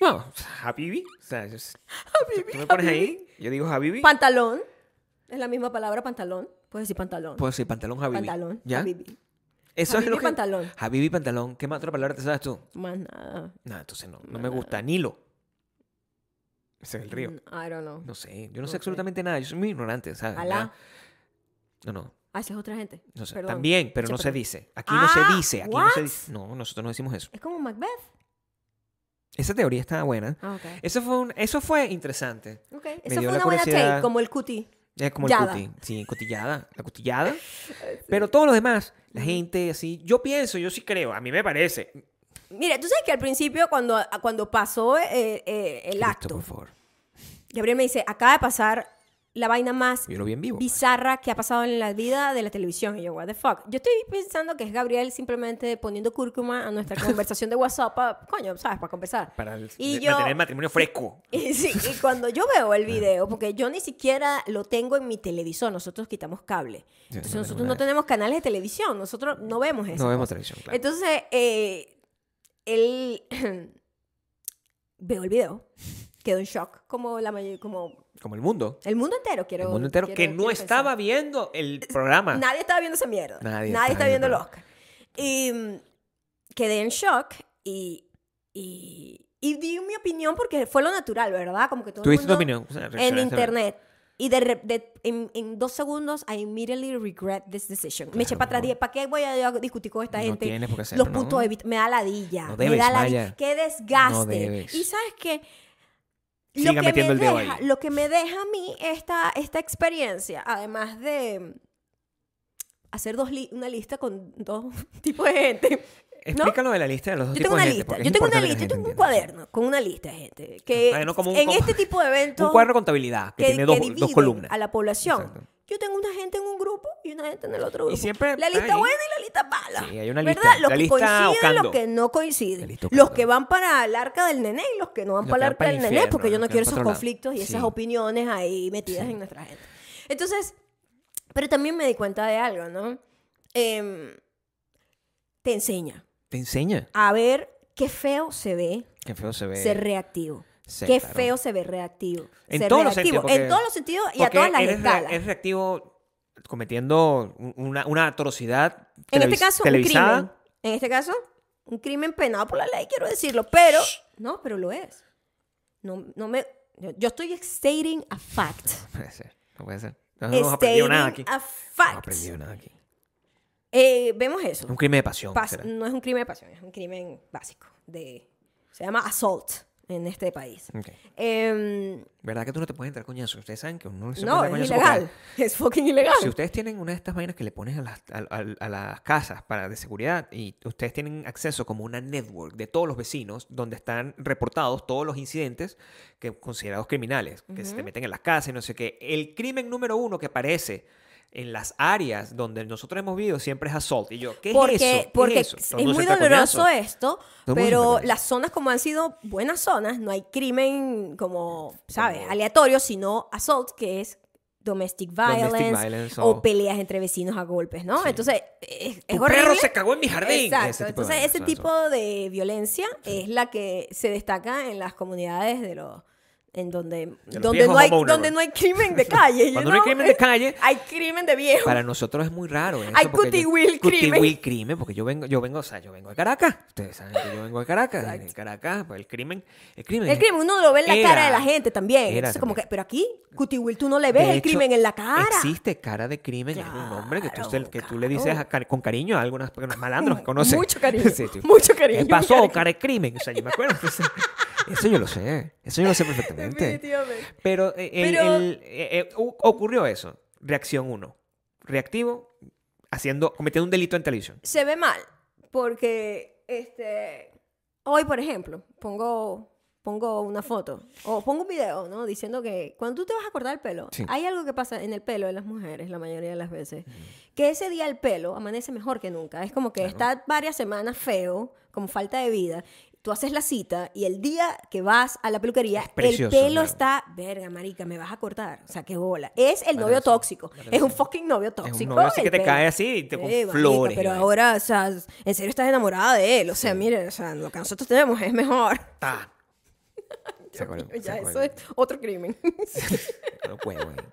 no, Habibi. O sea, yo- tú me pones ahí, yo digo Habibi. Pantalón. Es la misma palabra, pantalón. Puedes decir pantalón. Puedo decir pantalón Habibi. Pantalón. ¿Ya? habibi. Eso es Habibi lo que. pantalón. Habibi pantalón. ¿Qué más otra palabra te sabes tú? Más nada. No, entonces no. No me gusta. Nilo. Ese es el río. Mm, I don't know. No sé. Yo no sé Ok. absolutamente nada. Yo soy muy ignorante, ¿sabes? Alá. No, no. Ah, esa es otra gente. no sé. Perdón. También, pero Sí, no se perdón. dice. Aquí no se Ah, dice. Aquí no se what? dice. No, nosotros no decimos eso. Es como Macbeth. Esa teoría estaba buena. Ah, ok. Eso fue, un- eso fue interesante. Ok. Esa dio fue la una buena curiosidad. take, como el cutie. Ya como Yada. el cuti. Sí, cotillada. La cotillada. Pero todo lo demás, la gente así. Yo pienso, yo sí creo. A mí me parece. Mira, tú sabes que al principio, cuando, cuando pasó eh, eh, el Cristo, acto, por favor. Gabriel me dice, acaba de pasar la vaina más Yo lo vi en vivo. bizarra que ha pasado en la vida de la televisión. Y yo, what the fuck. Yo estoy pensando que es Gabriel simplemente poniendo cúrcuma a nuestra conversación de WhatsApp, pa- coño, ¿sabes? Para conversar. Para el- Y de- yo- mantener el matrimonio fresco. Y, sí, y cuando yo veo Ah. el video, porque yo ni siquiera lo tengo en mi televisor, nosotros quitamos cable. Ya, Entonces no nosotros tenemos no nada. tenemos canales de televisión, nosotros no vemos eso. No vemos televisión, claro. Entonces, eh, él veo el video, quedó en shock, como la mayor- como Como el mundo. el mundo entero, quiero el mundo entero quiero- que quiero no pensar. estaba viendo el programa. Nadie estaba viendo esa mierda. Nadie, Nadie está estaba viendo el viendo Oscar. Y mm, quedé en shock y, y, y di mi opinión porque fue lo natural, ¿verdad? Como que todo el Tuviste tu mundo- opinión. O sea, en reaccionaste, ¿verdad? internet. Y de, re- de- en, en dos segundos, I immediately regret this decision. me eché Claro, para atrás no. dije, ¿para qué voy a yo discutir con esta No gente? tienes por qué hacerlo, Los ¿no? putos evit- me da ladilla. No me debes, da ladilla. Maya. Qué desgaste. No debes. Y sabes qué? Siga metiendo me el dedo deja, ahí. lo que me deja a mí esta, esta experiencia, además de hacer dos li- una lista con dos tipos de gente. Explícalo de la lista de los dos Yo tengo tipos una de gente, lista, porque yo es tengo una lista, importante que yo la gente tengo un entienda. cuaderno con una lista de gente que Bueno, como un- en como- este tipo de eventos Un cuadro de contabilidad que, que, tiene dos, que dos dividen columnas. a la población. Exacto. Yo tengo una gente en un grupo y una gente en el otro grupo. siempre la lista hay- buena y la lista mala. Sí, hay una ¿verdad? lista. Los La que lista coinciden, Ocando. los que no coinciden. La lista Los Ocando. que van para el arca del nené y los que no van Los para que el van arca para el del nené infierno, porque yo los no que quiero van esos para otro lado. conflictos y esas Sí. opiniones ahí metidas en nuestra gente. Entonces, pero también me di cuenta de algo, ¿no? Em, te enseña Te enseña. a ver qué feo se ve Qué feo se ve. ser reactivo. Sí, qué claro. feo se ve reactivo. En ser todos los reactivo. sentidos, porque- en todos los sentidos y a Porque todas las eres, re- escalas. eres reactivo cometiendo un- una, una atrocidad. en este televis- caso, un televisada. crimen. En este caso, un crimen penado por la ley, quiero decirlo. Pero, no, pero lo es. No, no me... Yo, yo estoy stating a fact. No puede ser. No puede ser. No, no hemos aprendido stating nada aquí. Este, a No fact. hemos aprendido nada aquí. Eh, vemos eso. Un crimen de pasión. Pas- será. no es un crimen de pasión, es un crimen básico. De, se llama assault en este país. Ok. Em, ¿Verdad que tú no te puedes entrar coñazo? Ustedes saben que uno no se no, puede entrar es coñazo porque- ilegal. Es fucking ilegal. Si ustedes tienen una de estas vainas que le pones a las, a- a- a las casas para de seguridad y ustedes tienen acceso como una network de todos los vecinos donde están reportados todos los incidentes que considerados criminales, que se te meten en las casas y no sé qué. El crimen número uno que aparece en las áreas donde nosotros hemos vivido siempre es assault. Y yo, ¿qué porque es eso? ¿Qué porque eso? es, Todo el mundo muy se entra doloroso coñazo. esto, el mundo se entra pero coñazo. las zonas como han sido buenas zonas, no hay crimen como, ¿sabes? Como- Aleatorio, sino assault, que es domestic violence, Domestic violence o... o- peleas entre vecinos a golpes, ¿no? Sí. Entonces, es, es Tu horrible. perro se cagó en mi jardín. Exacto. Ese tipo de Entonces, vainas, ese ¿sabes? tipo de violencia es la que se destaca en las comunidades de los en donde, los donde, viejos no hay, homeowners. donde no hay crimen de eh, calle. you Cuando no hay know? crimen de calle, hay crimen de viejo. Para nosotros es muy raro. Eso Hay porque yo- cutihuil crimen. cutihuil crimen, porque yo vengo, yo vengo, o sea, yo vengo de Caracas. Ustedes saben que yo vengo de Caracas. Exacto. En Caracas, pues el crimen, el crimen. El es- crimen uno lo ve en la cara de Era. la gente también. Era Entonces, como que, también. pero aquí, Cutiwil, tú no le ves de el hecho, crimen en la cara. Existe cara de crimen. es un nombre que tú, Claro, que tú le dices claro. a car- con cariño a algunos malandros que conoces. Mm, Mucho cariño, Sí, sí. mucho cariño, ¿Qué mucho pasó? cariño. Cara de crimen. O sea, yo me acuerdo. Entonces, eso yo lo sé. Eso yo lo sé perfectamente. Definitivamente. Pero, eh, el- Pero- el- eh, eh, u- ocurrió eso. Reacción uno. Reactivo, haciendo, cometiendo un delito en televisión. Se ve mal, porque este, hoy, por ejemplo, pongo, pongo una foto o pongo un video, ¿no? Diciendo que cuando tú te vas a cortar el pelo, Sí. hay algo que pasa en el pelo de las mujeres la mayoría de las veces, que ese día el pelo amanece mejor que nunca. Es como que está varias semanas feo, como falta de vida. Tú haces la cita y el día que vas a la peluquería, precioso, el pelo claro. está está, verga, marica, me vas a cortar. O sea, qué bola. Es el novio razón, tóxico. tienes Es un razón. fucking novio tóxico. novio así el que te pelo. cae así y te- con marica, flores y Pero vaina. ahora, o sea, en serio estás enamorada de él. O sea, mire, o sea, lo que nosotros tenemos es mejor. Ta. Saca el- Ya, saca eso el- es otro crimen. saca el huevo ahí.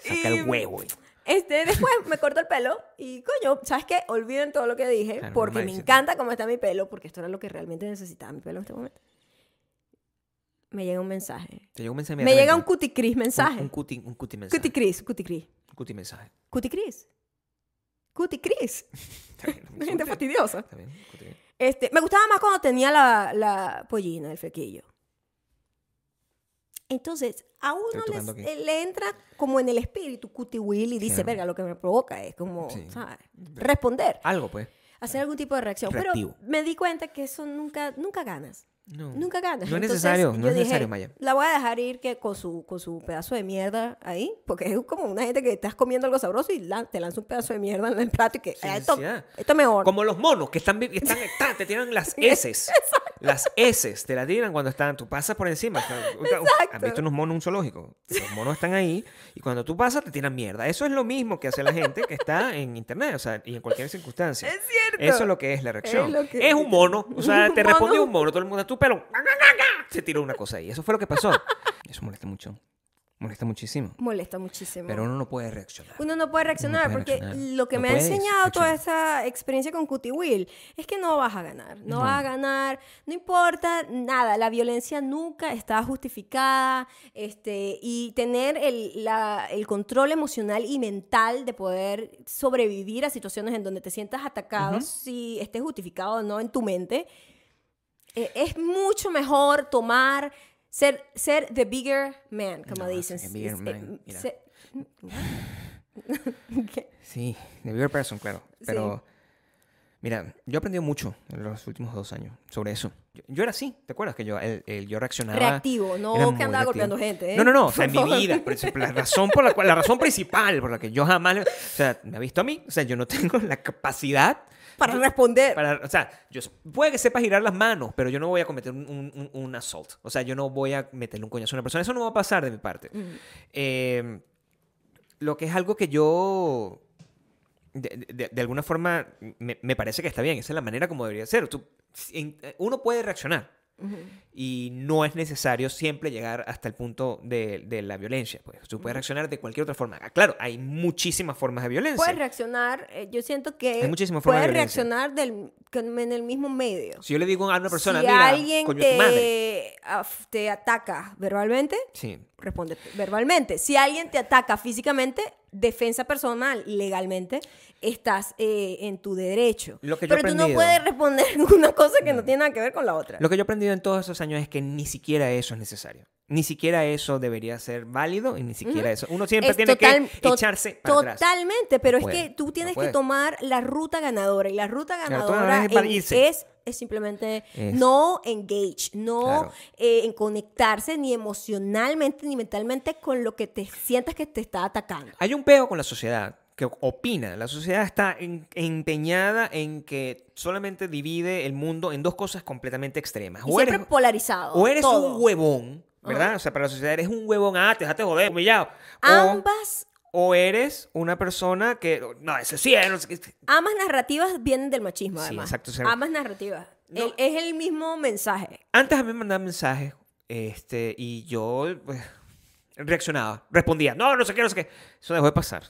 Saca eh. el Y- huevo ahí. Este, después me corto el pelo y coño, ¿sabes qué? Olviden todo lo que dije Claro, porque normal, me sí. encanta cómo está mi pelo, porque esto era lo que realmente necesitaba mi pelo en este momento. Me llega un mensaje. Te llega un mensaje Me llega un inmediatamente. cuticris mensaje. Un, un cuti, un cuti mensaje. cuticris, cuticris. Un cuti mensaje. Cuticris. Cuticris. Está bien, no me Gente insultes. fastidiosa. Está bien, cuti. Este, me gustaba más cuando tenía la, la pollina, el flequillo. Entonces, a uno Estoy tocando les- aquí. eh, le entra como en el espíritu cuti will y dice, Claro. verga, lo que me provoca es como, Sí. ¿sabes? Responder, Algo, pues. hacer algún tipo de reacción. Reactivo. Pero me di cuenta que eso nunca, nunca ganas. No. Nunca ganas. No es Entonces, necesario, yo no es dije, necesario, Maya. La voy a dejar ir que con su, con su pedazo de mierda ahí, porque es como una gente que estás comiendo algo sabroso y lan- te lanza un pedazo de mierda en el plato y que Sin "Ah, esto, necesidad. esto es mejor. Como los monos que están, vi- que están, están- te tiran las heces. las heces te las tiran cuando están, tú pasas por encima. O sea, ahorita, uf, ¿Has visto unos monos en un zoológico? Los monos están ahí y cuando tú pasas te tiran mierda. Eso es lo mismo que hace la gente que está en internet, o sea, y en cualquier circunstancia. Es cierto. Eso es lo que es la reacción. Es Es, lo que- un mono, o sea, Un te responde mono. un mono, todo el mundo a tu pelo. Se tiró una cosa ahí. Eso fue lo que pasó. Eso molesta mucho. Molesta muchísimo. Molesta muchísimo. Pero uno no puede reaccionar. Uno no puede reaccionar puede porque reaccionar. lo que No me ha puedes enseñado toda esa experiencia con Cutie Will es que no vas a ganar, no, vas a ganar, no importa nada, la violencia nunca está justificada este, y tener el, la- el control emocional y mental de poder sobrevivir a situaciones en donde te sientas atacado, si esté justificado o no en tu mente, eh, es mucho mejor tomar, ser, ser the bigger man, como No, dicen. sí, the bigger Es- eh, man, mira. se- ¿Qué? Sí, the bigger person, claro. Pero, mira, yo he aprendido mucho en los últimos dos años sobre eso. Yo, yo era así, ¿te acuerdas? Que yo, el, el- yo reaccionaba. Reactivo, no era que muy andaba reactivo. golpeando gente, ¿eh? No, no, no, o Por sea, en mi favor. vida. por eso, la, razón por la, cual, la razón principal por la que yo jamás. O sea, me ha visto a mí. O sea, yo no tengo la capacidad. Para responder. Para, o sea, yo, puede que sepa girar las manos, pero yo no voy a cometer un, un, un- un assault. O sea, yo no voy a meterle un coñazo a una persona. Eso no va a pasar de mi parte. Eh, lo que es algo que yo, de, de- de alguna forma, me, me parece que está bien. Esa es la manera como debería ser. Tú- en- uno puede reaccionar. Y no es necesario siempre llegar hasta el punto de, de la violencia. Pues tú puedes reaccionar de cualquier otra forma. Ah, Claro, hay muchísimas formas de violencia. Puedes reaccionar, eh, yo siento que Hay muchísimas formas puedes de violencia. reaccionar del, con- en el mismo medio. Si yo le digo a una persona, si mira, alguien coño, tu madre. te, af- te ataca verbalmente, Sí. responde verbalmente. Si alguien te ataca físicamente, defensa personal, legalmente, estás eh, en tu derecho. Lo que yo he Pero tú no aprendido- Mm. puedes responder una cosa que no tiene nada que ver con la otra. Lo que yo he aprendido en todos esos años es que ni siquiera eso es necesario. Ni siquiera eso debería ser válido y ni siquiera eso. Uno siempre Es tiene total- que to- echarse para atrás. Totalmente, pero No es que puede, tú no tienes que puede. tomar la ruta ganadora y la ruta ruta ganadora ganadora es para en- irse. es, es simplemente Es. no engage, no Claro. eh, en conectarse ni emocionalmente ni mentalmente con lo que te sientas que te está atacando. Hay un peo con la sociedad que opina. La sociedad está en- empeñada en que solamente divide el mundo en dos cosas completamente extremas. Y Ah, O siempre eres, polarizado. o eres todo. un huevón, ¿verdad? O sea, para la sociedad eres un huevón. Ah, te dejaste joder, humillado. O, Ambas, o eres una persona que... No, ese sí es... no sé qué. ambas narrativas vienen del machismo, Sí, además. exacto, o sea, ambas narrativas. El- es el mismo mensaje. Antes a mí me mandaban mensajes este, y yo pues, reaccionaba, respondía, no, no sé qué, no sé qué. Eso dejó de pasar.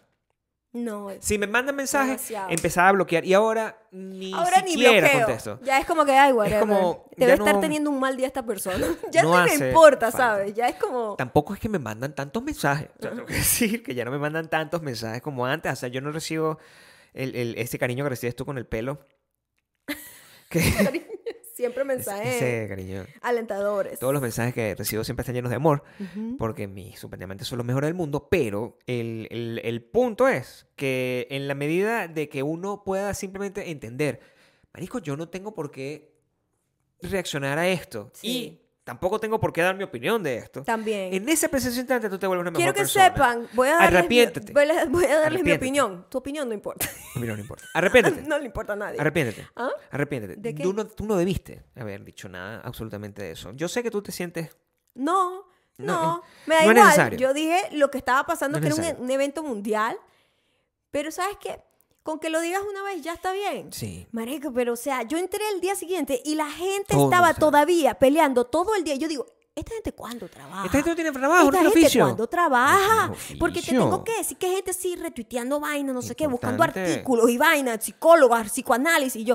No. Si me mandan mensajes, Demasiado. empezaba a bloquear y ahora ni Ahora ni siquiera bloqueo. contesto. Ya es como que, ay, whatever. como, Debe ya estar no- teniendo un mal día esta persona. ya no no, hace le importa, falta. ¿sabes? Ya es como... Tampoco es que me mandan tantos mensajes. O sea, tengo que decir que ya no me mandan tantos mensajes como antes. O sea, yo no recibo el, el- ese cariño que recibes tú con el pelo. Que, Siempre mensajes ese cariño. alentadores. Todos los mensajes que recibo siempre están llenos de amor. Ujú. porque mis superdiamantes son los mejores del mundo, pero el, el- el punto es que en la medida de que uno pueda simplemente entender, Marico, yo no tengo por qué reaccionar a esto Sí. y tampoco tengo por qué dar mi opinión de esto. También. En ese preciso instante tú te vuelves una mejor Quiero que persona. sepan, voy a darles, mi, Arrepiéntete. voy a- voy a darles mi Arrepiéntete. opinión. Tu opinión no importa. Mira, no importa. Arrepiéntete. no le importa a nadie. Arrepiéntete. ¿Ah? Arrepiéntete. ¿De qué? Tú, no, tú no debiste haber dicho nada absolutamente de eso. Yo sé que tú te sientes No, no, No, eh, me da no es igual. necesario. Yo dije lo que estaba pasando, No que es era un, e-, necesario. un evento mundial, pero ¿sabes qué? Con que lo digas una vez ya está bien. Sí. Marico, pero o sea, yo entré el día siguiente y la gente Todo, estaba o sea. todavía peleando todo el día. Yo digo, ¿esta gente cuándo trabaja? Esta gente no tiene trabajo, no ¿Esta tiene gente oficio. cuándo No trabaja? tiene Porque te oficio. tengo que decir que hay gente así retuiteando vainas, no sé qué, buscando Importante. artículos y vainas, psicólogas, psicoanálisis. Y yo,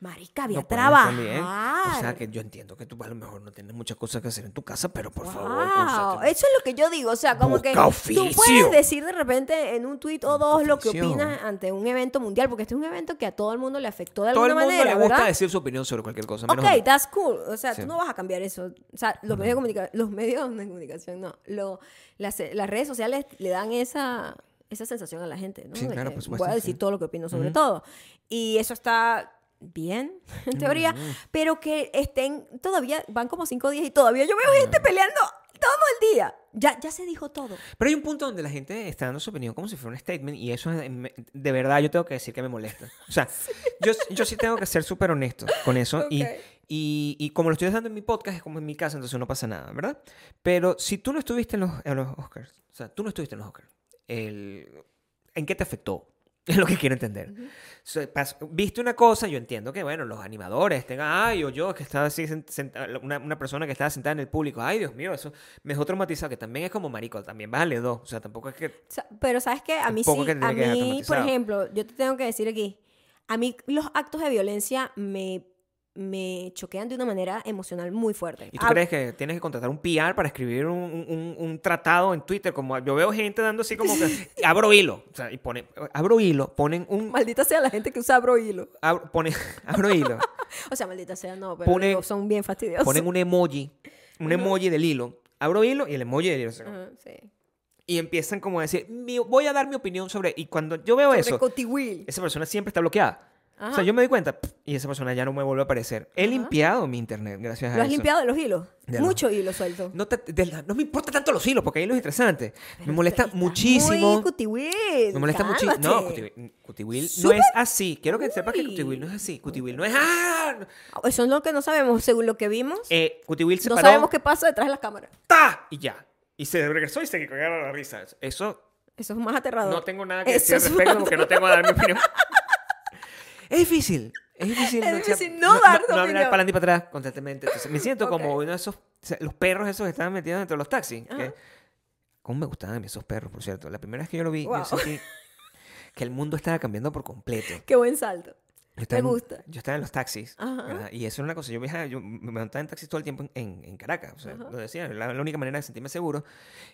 marica, había No puedes trabajar. también. O sea, que yo entiendo que tú a lo mejor no tienes muchas cosas que hacer en tu casa, pero por favor. o sea, Wow, te- eso es lo que yo digo, o sea, como que Busca tú oficio. puedes decir de repente en un tuit o dos lo que oficio. opinas ante un evento mundial, porque este es un evento que a todo el mundo le afectó de Todo el alguna mundo manera, le gusta ¿verdad? decir su opinión sobre cualquier cosa. menos a mí. Ok, that's cool. O sea, Sí. tú no vas a cambiar eso. O sea, los medios de comunicación, los medios de comunicación, no. Lo- las, eh, las redes sociales le dan esa, esa sensación a la gente, ¿no? Sí, De claro, que por supuesto, Voy a decir sí. todo lo que opino sobre todo. Y eso está bien, en teoría, pero que estén todavía, van como cinco días y todavía yo veo gente peleando todo el día. Ya, ya se dijo todo. Pero hay un punto donde la gente está dando su opinión como si fuera un statement y eso es- eh, me- de verdad yo tengo que decir que me molesta. O sea, yo, yo sí tengo que ser súper honesto con eso y- Ok. y, y como lo estoy dando en mi podcast es como en mi casa, entonces no pasa nada, ¿verdad? Pero si tú no estuviste en los, en los Oscars, o sea, tú no estuviste en los Oscars, el- ¿en qué te afectó? Es lo que quiero entender. So, pas- Viste una cosa, yo entiendo que, bueno, los animadores tengan, ay, o yo, que estaba así, sen- senta- una, una persona que estaba sentada en el público, ay, Dios mío, eso me dejó traumatizado, que también es como marico, también bájale dos. O sea, tampoco es que. Sa- Pero sabes qué? a mí sí, Tampoco que te a tiene que dejar mí, por traumatizado. ejemplo, yo te tengo que decir aquí, a mí los actos de violencia me, me choquean de una manera emocional muy fuerte. ¿Y tú Ah, crees que tienes que contratar un PR para escribir un, un- un- un tratado en Twitter? Como yo veo gente dando así como que. Abro hilo. O sea, y pone, abro hilo, ponen un. Ah, Maldita sea la gente que usa abro hilo. Abro, pone, abro hilo. O sea, maldita sea, no, pero Pone- digo, son bien fastidiosos. Ponen un emoji, un emoji del hilo. Abro hilo y el emoji del hilo. o sea, Ajá, sí. y empiezan como a decir, "Mi- voy a dar mi opinión sobre... Y cuando yo veo Sobre eso, Cotihuil. esa persona siempre está bloqueada. O Ajá. sea, yo me doy cuenta pff, y esa persona ya no me vuelve a aparecer. He limpiado mi internet gracias a ¿Lo has eso. limpiado de los hilos? De los- Mucho hilo suelto. No, te- de la- no me importa tanto los hilos porque hay hilos interesantes. Me Pero molesta está muchísimo. Muy Cotihuil. me molesta muchísimo. cálmate. No, Cutiwil, Cutiwil no Súper- es así. Quiero que sepas que Uy. Cutiwil no es así. Cutiwil no es... ¡Ah! Eso es lo que no sabemos, según lo que vimos. Eh, Cutiwil se no paró, sabemos qué pasa detrás de las cámaras. ¡ta! Y ya. Y se regresó y se cagaron la risa. Eso Eso es más aterrador. No tengo nada que Eso decir es al respecto más- porque no tengo a dar mi opinión. es difícil. Es difícil, Es no, echar- difícil no dar tu no, hablar opinión. para adelante y para atrás constantemente. Entonces, me siento como Ok. Ah. uno de esos, o sea, los perros esos que estaban metidos dentro de los taxis. que- Ajá. ¿Cómo me gustaban a mí esos perros, por cierto? La primera vez que yo lo vi, Wow. yo sentí que el mundo estaba cambiando por completo. Qué buen salto. Yo estaba en- gusta. yo estaba en los taxis, Ajá. ¿verdad? Y eso era una cosa. Yo viajaba, yo me montaba en taxis todo el tiempo en, en- en Caracas. O sea, Ajá. lo decía, era la, la única manera de sentirme seguro.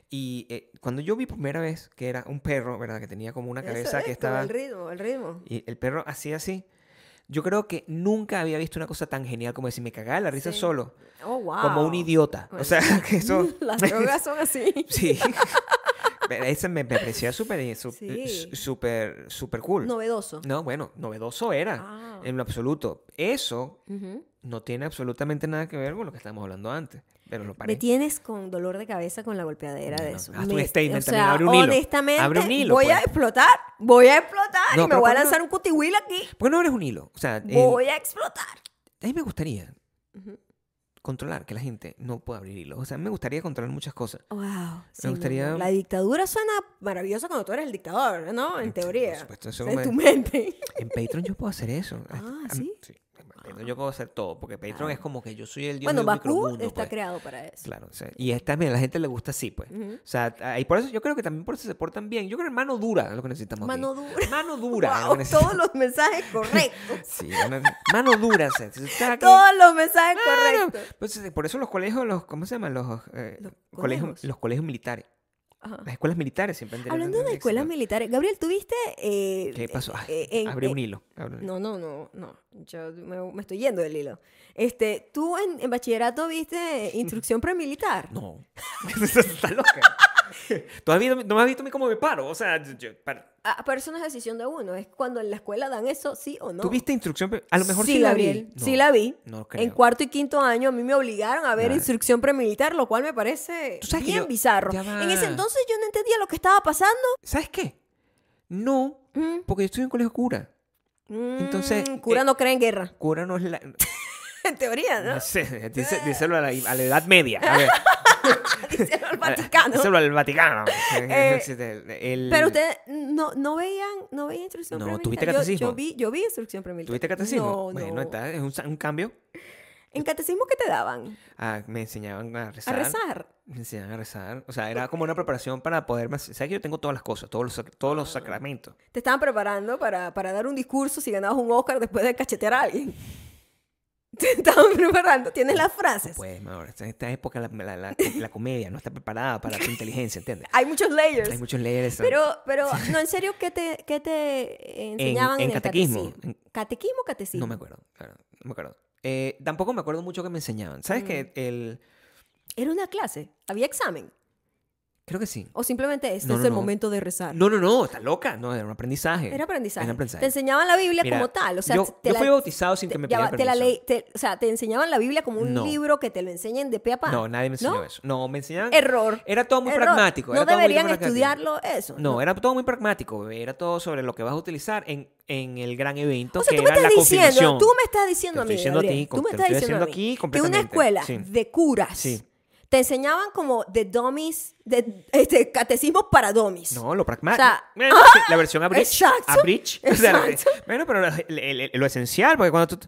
Y eh, cuando yo vi primera vez que era un perro, ¿verdad? Que tenía como una Eso cabeza es, que como estaba... El ritmo, el ritmo. Y el perro así, así. Yo creo que nunca había visto una cosa tan genial como decir, me cagaba de la risa Sí. solo, Oh, wow. como un idiota. Bueno. O sea, que eso... Las drogas son así. sí. Pero eso me, me parecía súper, eh, su- Sí. súper, súper cool. Novedoso. No, bueno, novedoso era, Ah. en lo absoluto. Eso Ujú. no tiene absolutamente nada que ver con lo que estábamos hablando antes. Pero lo Me paré. tienes con dolor de cabeza con la golpeadera de No, eso. haz un Me- statement o también, sea, abre un hilo. honestamente, Abre un hilo, voy a pues. explotar. Voy a explotar No, y me pero Eh, voy a ¿por qué lanzar un cutihuil aquí. ¿Por qué no eres un hilo? O sea, el- Voy a explotar. a mí me gustaría Ujú. controlar que la gente no pueda abrir hilo. O sea, a mí me gustaría controlar muchas cosas. Wow. sí, mi gustaría- amor. La dictadura suena maravillosa cuando tú eres el dictador, ¿no? En Sí, por teoría. supuesto, eso O sea, en me- tu mente. En Patreon yo puedo hacer eso. Hasta- Ah, am- ¿sí? En Patreon yo puedo hacer todo, porque Patreon es como que yo soy el dios bueno, del Bakú micromundo, está pues. creado para eso. Claro, o sea, y es también a la gente le gusta así, pues. O sea, y por eso yo creo que también por eso se portan bien. Yo creo que mano dura es lo que necesitamos. aquí. Mano dura. Mano dura. es lo Wow, que necesitamos. todos los mensajes correctos. Sí, una- mano dura. o sea, si está aquí- todos los mensajes Claro. correctos. Entonces, por eso los colegios, los, ¿cómo se llaman? Los, eh, Los colegios, colegios. los colegios militares. Ajá. Las escuelas militares siempre han tenido Hablando tanto de éxito. escuelas militares, Gabriel, ¿tuviste? Eh, ¿Qué pasó? Ay, eh, en- abrí un eh, hilo. abrí un No, hilo. no, no, no. Yo me, me estoy yendo del hilo. Este, ¿tú en, en bachillerato viste instrucción premilitar? No. Está loca. Todavía no me has visto a mí cómo me paro. O sea, yo- para- Ah, pero eso no es decisión de uno. Es cuando en la escuela dan eso, sí o no. ¿tú viste instrucción? pre- A lo mejor sí, la vi. Gabriel, Sí la vi. No creo. en cuarto y quinto año a mí me obligaron a ver Nah. instrucción premilitar, lo cual me parece Tú sabes que bien yo- bizarro. ya En ese va. entonces yo no entendía lo que estaba pasando. ¿Sabes qué? No, Mm, porque yo estoy en un colegio cura. Entonces, mm, cura eh, no cree en guerra. Cura no es la... En teoría, ¿no? No sé, dice- díselo a la, a la Edad Media. A ver. Dice Ah, el Vaticano. Díselo al Vaticano. Eh, El- Pero ustedes no, no veían, no veían instrucción No, premilitar. ¿tuviste Yo- Yo, catecismo? vi, yo vi instrucción premilitar. ¿Tuviste catecismo? No, bueno, no. está, es un, sa- un cambio. ¿En catecismo qué te daban? Ah, me enseñaban a A rezar. rezar. Me enseñaban a rezar. O sea, era como una preparación para poder... más- ¿Sabes que yo tengo todas las cosas? Todos los, sac- todos los Ah. sacramentos. Ah, Te estaban preparando para, para dar un discurso si ganabas un Oscar después de cachetear a alguien. Te estaban preparando. Tienes las frases. Pues, ahora, en esta época la, la- la- la comedia no está preparada para tu inteligencia, ¿entiendes? Hay muchos layers. Hay muchos leyes. Pero, pero, no, en serio, ¿qué te, qué te enseñaban en, en el catequismo, catecismo? en- ¿Catequismo o catecismo? No me acuerdo, claro, no me acuerdo. Eh, tampoco me acuerdo mucho que me enseñaban. ¿Sabes Mm. que el... Era una clase. ¿Había examen? Creo que sí. ¿O simplemente este No, es no, el no. momento de rezar? No, no, no, está loca. No, era un aprendizaje. Era aprendizaje. Era aprendizaje. Te enseñaban la Biblia Mira, como tal. O sea, yo, te yo la, fui bautizado sin te- que me ya pidieran va, te la permiso. leí- te- o sea, te enseñaban la Biblia como un No. libro que te lo enseñen de pe a pa. No, nadie me enseñó ¿No? eso. No, me enseñaban... Error. Era todo muy Error. pragmático. Eh, No era todo muy deberían pragmático. estudiarlo eso. No, era todo muy pragmático. bebé. Era todo sobre lo que vas a utilizar en, en el gran evento O sea, que tú me era estás la diciendo, confirmación. tú me estás diciendo Te a mí, estoy diciendo a ti, Gabriel, tú con- me te estás estoy diciendo a diciendo mí aquí que una completamente, escuela sí. de curas Sí. Te enseñaban como de dummies, de este, catecismo para dummies. No, lo pragmático. O sea, ah, Bueno, sí, la versión abridge. exacto, abridge. O sea, exacto. bueno, pero la- el- el- lo esencial, porque cuando tú...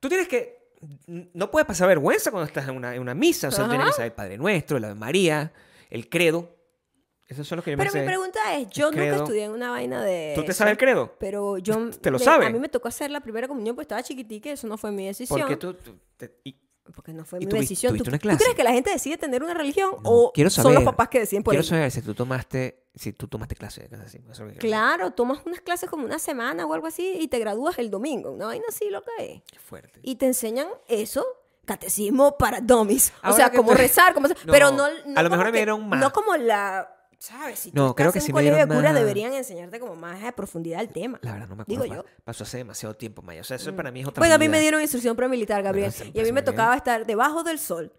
Tú tienes que... No puedes pasar vergüenza cuando estás en una, en una misa. O sea, tú tienes que saber el Padre Nuestro, el Ave María, el credo. Esos son los que yo me Pero sé. mi pregunta es, yo nunca credo. estudié en una vaina de... ¿Tú te eso, sabes el credo? Pero yo... Pues, Te lo me- sabes. A mí me tocó hacer la primera comunión porque estaba chiquitica y eso no fue mi decisión. Porque tú... tú- te- y- Porque no fue ¿Y mi tuvi- decisión. tuviste ¿Tú, una tú clase? crees que la gente decide tener una religión no, o quiero son los saber, papás que deciden por Quiero ella? saber si tú tomaste... Si tú tomaste clase de cosas así. eso es lo que quiero saber. Claro, tomas unas clases como una semana o algo así y te gradúas el domingo. Una vaina así loca es. Qué fuerte. Y te enseñan eso, catecismo para dummies. o Ahora sea, que cómo tú- rezar, cómo... hacer- No, pero no, a no lo mejor como me que- dieron más. No como la... ¿Sabes? Si tú No, estás creo que en un sí me colegio de dieron cura más. deberían enseñarte como más a profundidad el tema. La verdad no me acuerdo. Digo pa- yo. Mm. Pasó hace demasiado tiempo, Maya. O sea, eso para mí es otra Bueno, Pues a mí vida. me dieron instrucción premilitar, Gabriel. Bueno, pues, Y a mí me impresionante. tocaba estar debajo del sol.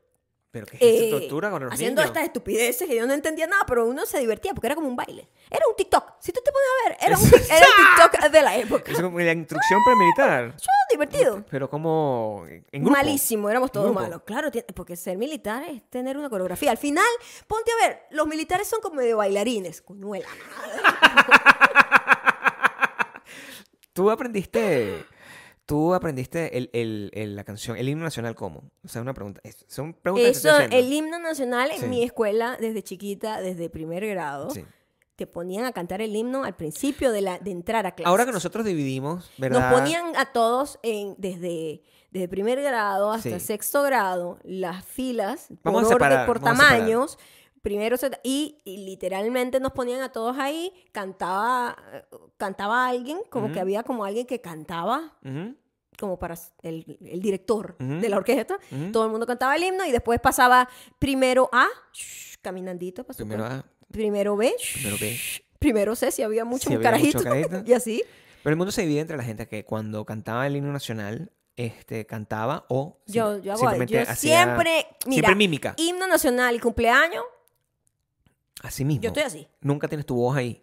Pero que es eh, esa tortura con los haciendo niños. estas estupideces que yo no entendía nada, pero uno se divertía porque era como un baile. Era un TikTok. Si tú te pones a ver, era un tic- era el TikTok de la época. Es como la instrucción premilitar. Yo, divertido. Pero como en grupo. Malísimo, éramos todos grupo. malos. Claro, ti- porque ser militar es tener una coreografía. Al final, ponte a ver, los militares son como de bailarines. Coño de la madre. Tú aprendiste, tú aprendiste el, el, el- la canción, el himno nacional cómo. O sea, una pregunta. es- son preguntas que te Eso, estoy haciendo. el himno nacional en Sí. mi escuela, desde chiquita, desde primer grado, Sí. te ponían a cantar el himno al principio de, la, de entrar a clase. Ahora que nosotros dividimos, ¿verdad? Nos ponían a todos en, desde, desde primer grado hasta Sí. sexto grado las filas Vamos a por, orden, separar, por vamos a separar. tamaños. Primero se- y, y literalmente nos ponían a todos ahí, cantaba, eh, cantaba alguien, como que Ujú. había como alguien que cantaba, Ujú, como para s- el, el director Ujú. de la orquesta. ujú. Todo el mundo cantaba el himno y después pasaba primero A, shh, caminandito, pasó Primero por- A, primero B, shh, primero B. primero C, si había mucho, un Si había carajito, mucho carajito. y así. Pero el mundo se divide entre la gente que cuando cantaba el himno nacional, este, cantaba o sim- Yo, yo hago simplemente yo hacía- siempre, mira, siempre mímica. himno nacional y cumpleaños, Así mismo. yo estoy así. Nunca tienes tu voz ahí.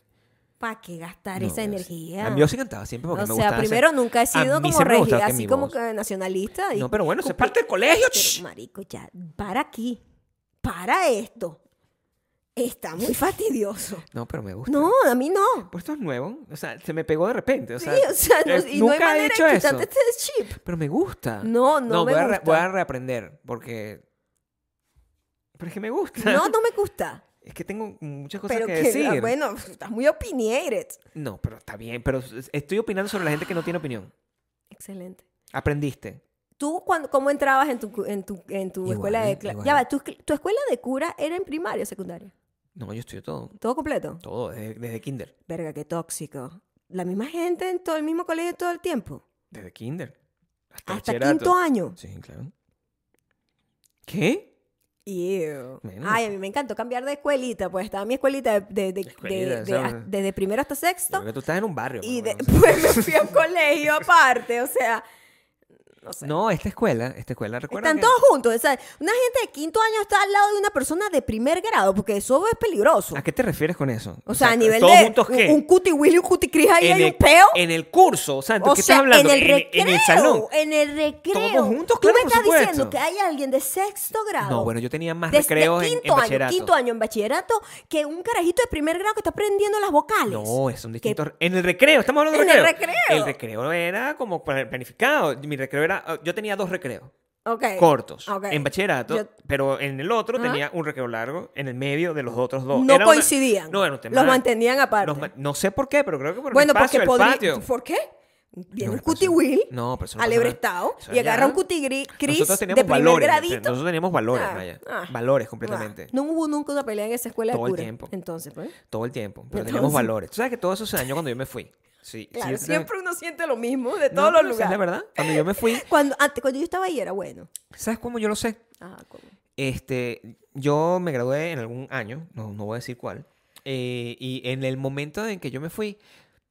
¿Para qué gastar No, esa yo sí. energía? Yo sí cantaba siempre porque o me sea, gustaba hacer- primero nunca he sido mí como siempre me gustaba regida, que así mi como voz- que nacionalista. y- No, pero bueno, se cumple- parte del colegio. Pero, marico, ya, para aquí, para esto. Está muy fastidioso. No, pero me gusta. No, a mí no. Pues esto es nuevo. O sea, se me pegó de repente. O sea, sí, o sea, no, eh, y no hay nunca manera de he hecho eso. quitarte este chip. Pero me gusta. No, no me voy, A re- gusta. voy a reaprender porque. Pero es que me gusta. No, no me gusta. Es que tengo muchas cosas Pero que, que, decir. ah, bueno, estás muy opinionated. No, pero está bien. Pero estoy opinando sobre la gente que no tiene opinión. Excelente. Aprendiste. ¿Tú cuando, cómo entrabas en tu, cu- en tu, en tu Igual, escuela de cla- igual. Ya va, tu, escu- tu escuela de cura era en primaria o secundaria? No, yo estudio todo. ¿Todo completo? Todo, desde, desde kinder. Verga, qué tóxico. La misma gente en todo el mismo colegio todo el tiempo. Desde kinder. Hasta, Hasta bachillerato. quinto año. Sí, claro. ¿Qué? Ew. Bueno. Ay, a mí me encantó cambiar de escuelita. Pues estaba mi escuelita de, de- de- Escuelita, de- de- esa- desde primero hasta Yo sexto. creo que tú estás en un barrio. Y mano, bueno, después me fui a un colegio aparte. O sea, no sé. No, esta escuela, esta escuela, recuerda. Están que- todos juntos. O sea, una gente de quinto año está al lado de una persona de primer grado, porque eso es peligroso. ¿A qué te refieres con eso? O sea, a nivel ¿todos de juntos un- qué? un cuti willy, un cuti cris ahí en hay el, un peo. En el curso, o sea, ¿de o qué sea, estás hablando? en el en, recreo, en el salón. en el recreo. Todos juntos, Tú claro, me por estás supuesto. diciendo que hay alguien de sexto grado. No, bueno, yo tenía más desde recreos en, quinto en año, bachillerato. quinto año en bachillerato, que un carajito de primer grado que está aprendiendo las vocales. No, es un Pues, Que- distinto. En el recreo, estamos hablando de En el recreo. recreo. El recreo era como pla- planificado. Mi recreo era. oh, Yo tenía dos recreos ok. cortos Eh, ok. en bachillerato, Yo- pero en el otro Ajá. tenía un recreo largo en el medio de los otros dos. no Era una- coincidían. no, era un tema- los mantenían aparte. los ma- no sé por qué, pero creo que por bueno, el espacio, porque el podría. patio. ¿Por qué? Viene No, un pero cuti eso- will No, pero eso no pasa alebrestado nada. Eso y agarra ya- un cuti gri- cris Nosotros de teníamos primer valores. gradito. Nosotros teníamos valores, Ah, Maya. ah. valores completamente. Ah, no hubo nunca una pelea en esa escuela Todo de el cura. tiempo. Entonces, pues. Todo el tiempo. Pero Entonces- teníamos valores. Tú sabes que todo eso se dañó cuando yo me fui. Sí, sí, Claro, yo te- siempre uno siente lo mismo de No, todos pero los esa Es la lugares. verdad. Cuando yo me fui, Cuando, antes, cuando yo estaba ahí era bueno. ¿sabes cómo yo lo sé? Ajá, Ah, como- Este, yo me gradué en algún año, no, no voy a decir cuál. eh, y en el momento en que yo me fui,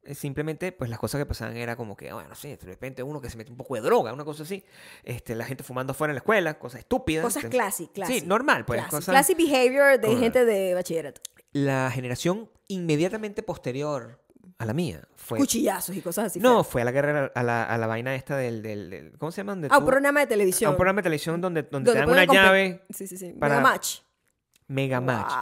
eh, simplemente, pues las cosas que pasaban era como que, bueno, sí, de repente uno que se mete un poco de droga, una cosa así. Este, la gente fumando afuera en la escuela, cosas estúpidas. Cosas Entonces- classy, classy. Sí, normal, pues. classy, cosas- classy behavior de Correcto. gente de bachillerato. la generación inmediatamente posterior a la mía. Fue, Cuchillazos y cosas así. Pues. no, fue a la guerra, a la, a la vaina esta del, del, del- ¿Cómo se llaman? fue. Ah, un programa de televisión. a un programa de televisión donde, donde, Donde te dan ponen una compe- llave Sí, sí, sí. para- Mega match. Megamatch.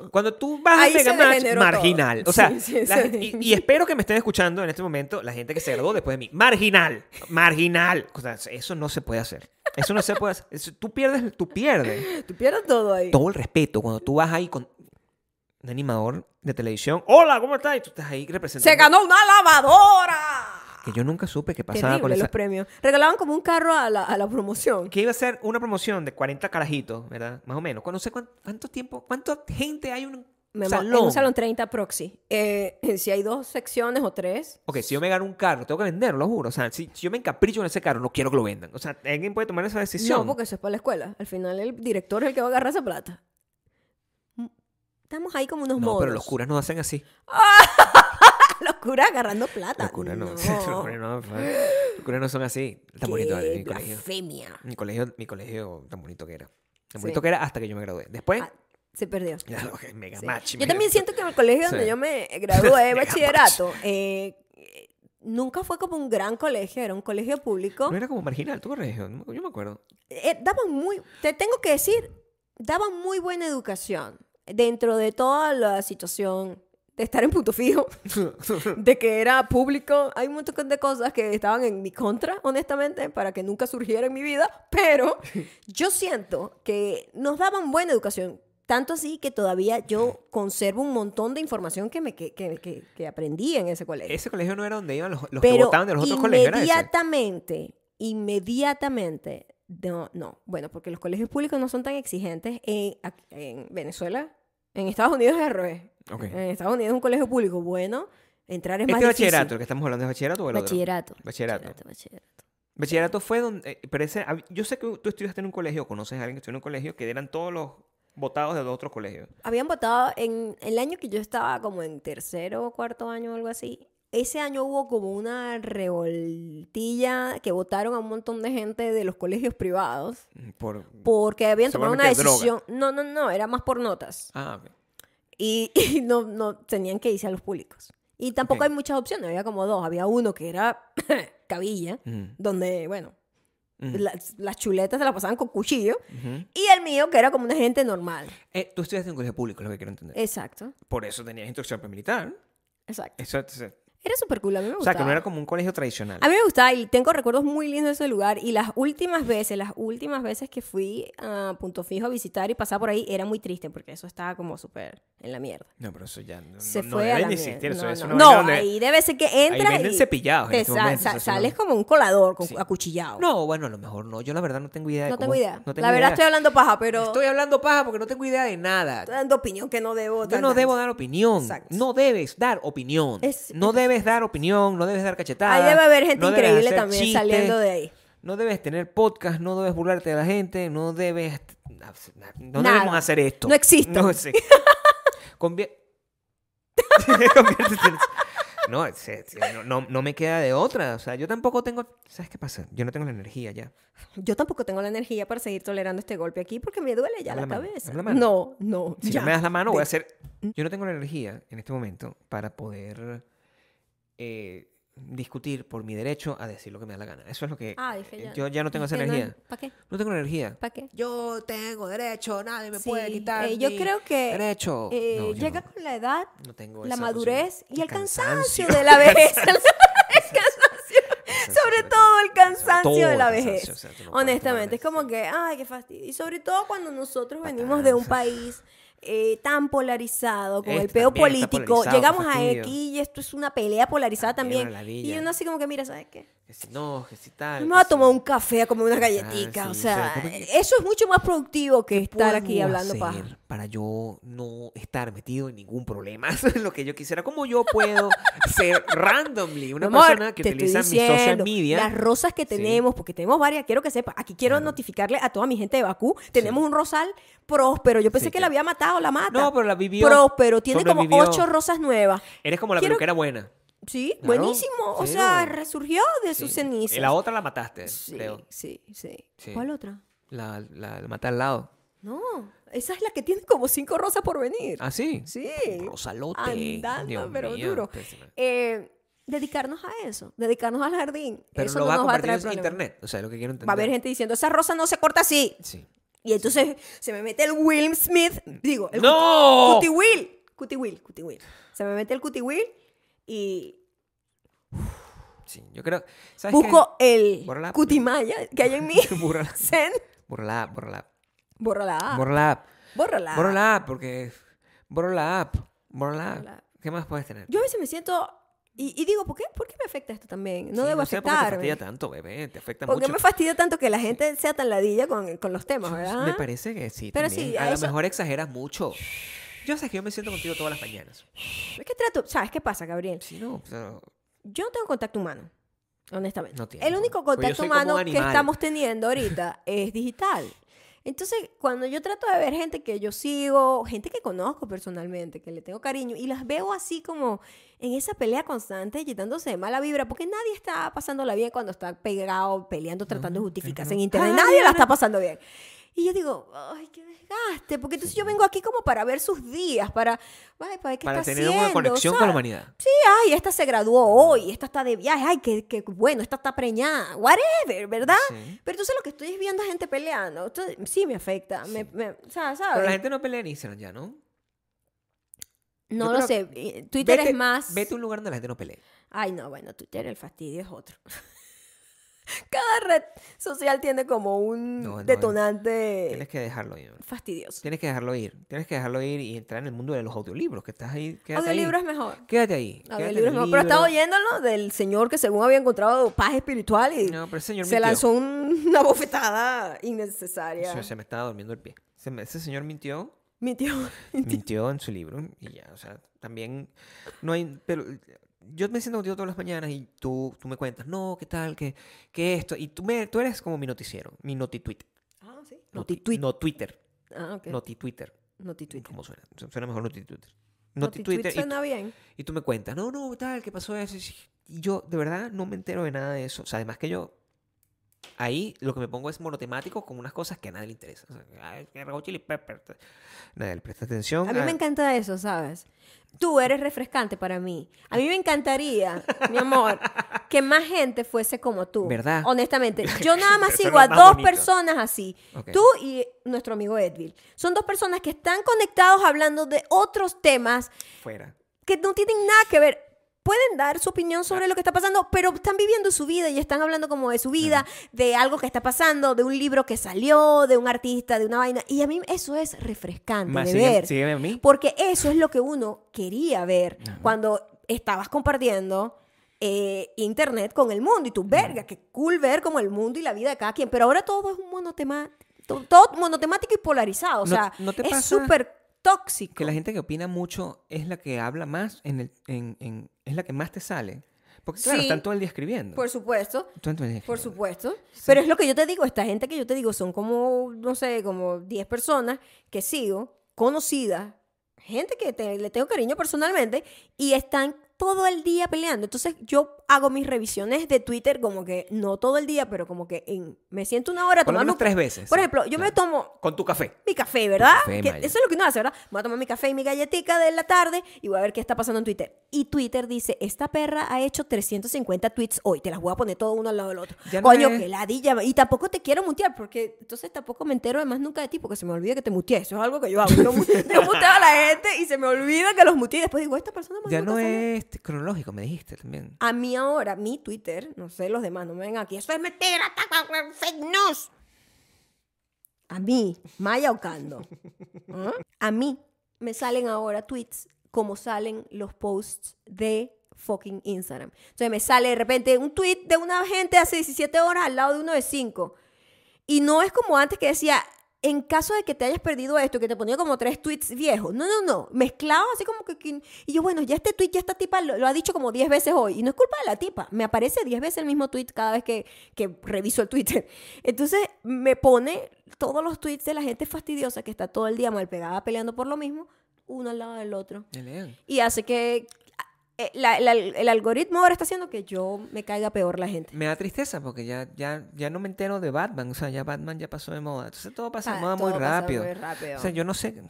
Wow. Cuando tú vas Ahí a se Megamatch, degeneró marginal. todo. O sea, Sí, sí, la- sí. Y, y espero que me estén escuchando en este momento la gente que se graduó después de mí. Marginal, marginal. O sea, eso no se puede hacer. Eso no se puede hacer. Eso- tú pierdes, tú pierdes Tú pierdes todo ahí. todo el respeto cuando tú vas ahí con un animador de televisión. Hola, ¿cómo estás? Y tú estás ahí representando. ¡Se ganó una lavadora! Que yo nunca supe qué pasaba con Terrible esa. los premios. Regalaban como un carro a la, a la promoción. Que iba a ser una promoción de 40 carajitos, ¿verdad? Más o menos. No sé cuánto, cuánto tiempo, cuánta gente hay en un Me salón. En un salón 30 proxy. Eh, si hay dos secciones o tres, Ok, si yo me gano un carro, tengo que venderlo, lo juro. O sea, si, si yo me encapricho con ese carro, no quiero que lo vendan. O sea, alguien puede tomar esa decisión. No, porque eso es para la escuela. Al final el director es el que va a agarrar esa plata. Estamos ahí como unos Mm. No, modos. pero los curas no hacen así. Los curas agarrando plata. Los curas no. No. los, curas no pues. fa- los curas no son así. Está bonito ¿vale? Qué mi colegio. blasfemia. Mi colegio, mi colegio tan bonito que era. Sí. Tan bonito que era hasta que yo me gradué. Después, Ah, se perdió. ¿Eh? ya, lo que- mega Sí. match. Yo mega- también siento que en el colegio donde Sí. yo me gradué de Mega bachillerato, eh, eh, nunca fue como un gran colegio, era un colegio público. No era como marginal tu colegio. no me- Yo me acuerdo. eh, daban muy, te tengo que decir, daban muy buena educación dentro de toda la situación de estar en punto fijo, de que era público. Hay un montón de cosas que estaban en mi contra, honestamente, para que nunca surgiera en mi vida, pero yo siento que nos daban buena educación. Tanto así que todavía yo conservo un montón de información que, me, que, que- que- que aprendí en ese colegio Ese colegio no era donde iban los, los que pero votaban de los otros colegios. Era ese. inmediatamente, inmediatamente, no, no, bueno, porque los colegios públicos no son tan exigentes en, ac- en Venezuela, en Estados Unidos es al revés. Ok. En Estados Unidos Eh, es un colegio público bueno, entrar es Este más difícil. bachillerato, el que estamos hablando, ¿es bachillerato o el otro? Bachillerato. Bachillerato. bachillerato. Bachillerato fue donde. eh, pero ese- hab- yo sé que tú estudiaste en un colegio, o conoces a alguien que estudió en un colegio, que eran todos los votados de los otros colegios. Habían votado en el año que yo estaba como en tercero o cuarto año o algo así. Ese año hubo como una revoltilla que votaron a un montón de gente de los colegios privados. Mm, Por... porque habían tomado una Seguramente droga. decisión. No, no, no, era más por notas. Ah, ok. Y, y no, no tenían que irse a los públicos. Y tampoco Ok. hay muchas opciones, había como dos. Había uno que era Cabilla, Ujú, donde, bueno, ujú, las, las chuletas se las pasaban con cuchillo. ujú. Y el mío, que era como una gente normal. Eh, tú estudiaste en un colegio público, es lo que quiero Eh, entender. Exacto, Por eso tenías instrucción militar. exacto. Eso, eso- Era súper cool, a mí me o gustaba. sea, que no era como un colegio tradicional. A mí me gustaba y tengo recuerdos muy lindos de ese lugar. Y las últimas veces, las últimas veces que fui a Punto Fijo a visitar y pasar por ahí, era muy triste porque eso estaba como súper en la mierda. No, pero eso ya. No, se no- no fue a deben la ni mierda. existir, eso- no, eso no. no No, es donde- ahí debe ser que entras venden y cepillados en te este sa- momento, sa- eso sí, sales no. como un colador con- Sí. acuchillado no, No, bueno, a lo mejor no. Yo la verdad no tengo idea de tengo cómo- idea no tengo la verdad idea. estoy hablando paja pero estoy Estoy hablando paja porque no tengo idea de nada. dando opinión que no debo Yo dar no nada. debo dar opinión. Exacto. No debes dar opinión. Es- no debes dar opinión, no debes dar cachetadas. ahí debe haber gente no debes increíble hacer también chistes, saliendo de ahí No debes tener podcast, no debes burlarte de la gente, no debes... No Nada. debemos hacer esto. No existe. No sé. Convier- Conviértete en- No, se- se- no, no- no me queda de otra. O sea, yo tampoco tengo... ¿Sabes qué pasa? Yo no tengo la energía ya. yo tampoco tengo la energía para seguir tolerando este golpe aquí porque me duele ya la, Dame la mano, cabeza dame la mano. no no Si ya. no me das la mano, voy De- a hacer. Yo no tengo la energía en este momento para poder eh, discutir por mi derecho a decir lo que me da la gana. Eso es lo que. eh, Ah, dije ya. Yo ya no tengo esa Es que no- energía. ¿para qué? No tengo energía. ¿para qué? Yo tengo derecho, nadie me Sí, puede quitar. eh, yo mi creo que, Derecho. Eh, No, yo llega no- con la edad no tengo la esa madurez posibilidad. y el cansancio de la vejez. El cansancio. Sobre todo el cansancio Todo de el la cansancio, vejez. o sea, tú no puedes tomar Honestamente, es como decisiones. que, ay, qué fastidio. Y sobre todo cuando nosotros venimos de un país eh, tan polarizado, con el Este peo también está político, polarizado, llegamos qué a fastidio. aquí y esto es una pelea polarizada También también. una ladilla. Y uno así como que, mira, ¿sabes qué? Que si no, que si No tal. Me que voy a si- tomar un café, a comer unas galletitas. Ah, sí, o o sea, sea, ¿cómo que- eso es mucho más productivo que estar aquí puedo hablando hacer paja. para yo no estar metido en ningún problema? Eso es lo que yo quisiera. ¿Cómo yo puedo ser randomly una Mi amor, persona que te estoy utiliza mi social diciendo, media? Las rosas que Sí. tenemos, porque tenemos varias, quiero que sepa. Aquí quiero notificarle a toda mi gente de Bakú. Tenemos un rosal próspero. Yo pensé Sí, que que- la había matado, la mata. No, pero la vivió. Próspero. Tiene como Sobrevivió. ocho rosas nuevas. Eres como la Quiero- peluquera buena. Sí, Claro, buenísimo. O sí, sea, no. resurgió de sus Sí. cenizas. La otra la mataste, sí, creo. sí, sí, Sí. ¿Cuál otra? La, la, la maté al lado. No, esa es la que tiene como cinco rosas por venir. ¿Ah, sí? Sí. Rosalote. Andando, Dios pero mío, duro. impresionante. Eh, dedicarnos a eso, dedicarnos al jardín. Pero eso lo va a nos va a compartir traer en problemas. internet. O sea, lo que quiero entender. Va a haber gente diciendo, esa rosa no se corta así. Sí. Y entonces se me mete el Will Smith, digo, el ¡No! Cuti Will, Cuti Will, Cuti Will. Se me mete el Cuti Will y Sí, yo creo. ¿sabes qué? busco el Borra la app. cutimaya que hay en mí. Borra la- Zen, Borra la app, borra la app. borra la app, Borra la app. borra la Borra app. la app, porque. Borra la app. Borra la Borra la app. ¿Qué más puedes tener? Yo a veces me siento y, y digo, ¿por qué? ¿Por qué me afecta esto también? No Sí, debo sé por qué te afectarme. fastidia tanto, bebé. Te afecta ¿Por qué mucho. me fastidia tanto que la gente sea tan ladilla con, con los temas, verdad? Me parece que sí. ¿ah? Pero también. sí, a eso- lo mejor exageras mucho. Yo sé que yo me siento contigo todas las mañanas. Es que trato, ¿sabes qué pasa, Gabriel? Sí, no, pero- Yo no tengo contacto humano, honestamente. No tienes, el ¿no? único Pues yo contacto soy como un humano que animal. estamos teniendo ahorita es digital. Entonces, cuando yo trato de ver gente que yo sigo, gente que conozco personalmente, que le tengo cariño, y las veo así como en esa pelea constante, quitándose de mala vibra, porque nadie está pasándola bien cuando está pegado, peleando, tratando de justificarse en internet. Nadie la está pasando bien. Y yo digo, ay, qué desgaste, porque entonces yo vengo aquí como para ver sus días, para, ay, para ver qué para está tener una haciendo, conexión con ¿sabes? la humanidad. Sí, ay, esta se graduó hoy, esta está de viaje, ay, qué, qué bueno, esta está preñada, whatever, ¿verdad? Sí. Pero entonces lo que estoy es viendo a gente peleando, esto sí me afecta, me- me- o sea, ¿sabes? Pero la gente no pelea en Instagram ya, ¿no? no yo lo creo- sé, eh, Twitter Vete- es más... Vete a un lugar donde la gente no pelea. Ay, no, bueno, Twitter el fastidio es otro. Cada red social tiene como un No, no, es- detonante Tienes que dejarlo ir. fastidioso. Tienes que dejarlo ir. Tienes que dejarlo ir y entrar en el mundo de los audiolibros, que estás ahí. Quédate Audiolibro ahí. es mejor. Quédate ahí. quédate en Audiolibro es el mejor. Pero estaba libro. oyéndolo del señor que según había encontrado paz espiritual y... No, pero ese señor Se mintió. lanzó un- una bofetada innecesaria. Se, se me estaba durmiendo el pie. Se me- ese señor mintió. Mi tío. mintió en su libro y ya, o sea, también no hay, pero yo me siento contigo todas las mañanas y tú, tú me cuentas, no, qué tal, qué, qué esto, y tú, me, tú eres como mi noticiero, mi notitweet. Ah, sí. Noti- Notitweet. No Twitter, Ah, ok. notitwitter, Notitweet. ¿cómo suena? Su- Suena mejor notitwitter. Notitweet Notitwitter, eh, y, suena bien. y tú me cuentas, no, no, tal, qué pasó eso, y yo de verdad no me entero de nada de eso, o sea, además que yo... Ahí lo que me pongo es monotemático con unas cosas que a nadie le interesa. O sea, "Ay, Red Hot Chili Pepper. Nadie le presta atención. A mí me encanta eso, ¿sabes? Tú eres refrescante para mí. A mí me encantaría, mi amor, que más gente fuese como tú. ¿Verdad? Honestamente. Yo nada más Eso es sigo lo a más dos bonito. personas así. Ok. Tú y nuestro amigo Edville. Son dos personas que están conectados hablando de otros temas Fuera. que no tienen nada que ver. Pueden dar su opinión sobre lo que está pasando, pero están viviendo su vida y están hablando como de su vida, de algo que está pasando, de un libro que salió, de un artista, de una vaina. Y a mí eso es refrescante Más de sígueme- ver. sígueme a mí. Porque eso es lo que uno quería ver cuando estabas compartiendo eh, internet con el mundo. Y tú, verga, qué cool ver como el mundo y la vida de cada quien. Pero ahora todo es un monotema, to- todo monotemático y polarizado. O ¿No- sea, no te es pasa súper tóxico. Que la gente que opina mucho es la que habla más, en el, en, en- es la que más te sale. Porque claro, Sí. están todo el día escribiendo. Por supuesto. Están todo el día Por escribiendo. supuesto. Pero es lo que yo te digo, esta gente que yo te digo son como, no sé, como 10 personas que sigo, conocidas, gente que te- le tengo cariño personalmente, y están todo el día peleando. Entonces yo hago mis revisiones de Twitter como que, no todo el día, pero como que en- me siento una hora Por lo tomando... menos un- tres veces. Por sí, ejemplo, yo me claro. tomo Con tu café. mi café, ¿verdad? café, Que Maya. eso es lo que uno hace, ¿verdad? Me voy a tomar mi café y mi galletica de la tarde y voy a ver qué está pasando en Twitter. Y Twitter dice, esta perra ha hecho 350 tweets hoy, te las voy a poner todo uno al lado del otro. Ya no Coño, es- qué ladilla. Y tampoco te quiero mutear porque entonces tampoco me entero además nunca de ti porque se me olvida que te muteé. Eso es algo que yo hago. Yo, mu- yo muteo a la gente y se me olvida que los muteé. Y después digo, esta persona más Ya nunca no sale". es cronológico, me dijiste también. A mí ahora, mi Twitter, no sé los demás, no me vengan aquí, eso es mentira, ta- ta- ta- fake news. A mí, Maya Ocando, ¿ah? a mí me salen ahora tweets como salen los posts de fucking Instagram. Entonces me sale de repente un tweet de una gente hace 17 horas al lado de uno de 5. Y no es como antes que decía, en caso de que te hayas perdido esto, que te ponía como tres tweets viejos. No, no, no. Mezclado así como que. que- Y yo, bueno, ya este tweet, ya esta tipa lo, lo ha dicho como 10 veces hoy. Y no es culpa de la tipa. Me aparece 10 veces el mismo tweet cada vez que, que reviso el Twitter. Entonces me pone todos los tweets de la gente fastidiosa que está todo el día mal pegada peleando por lo mismo, uno al lado del otro. Ya lean. Y hace que. eh, la- la- el algoritmo ahora está haciendo que yo me caiga peor la gente. Me da tristeza porque ya, ya, ya no me entero de Batman. O sea, ya Batman ya pasó de moda. Entonces todo pasa de Pa- moda muy Ah, todo pasa rápido. muy rápido. O sea, yo no sé.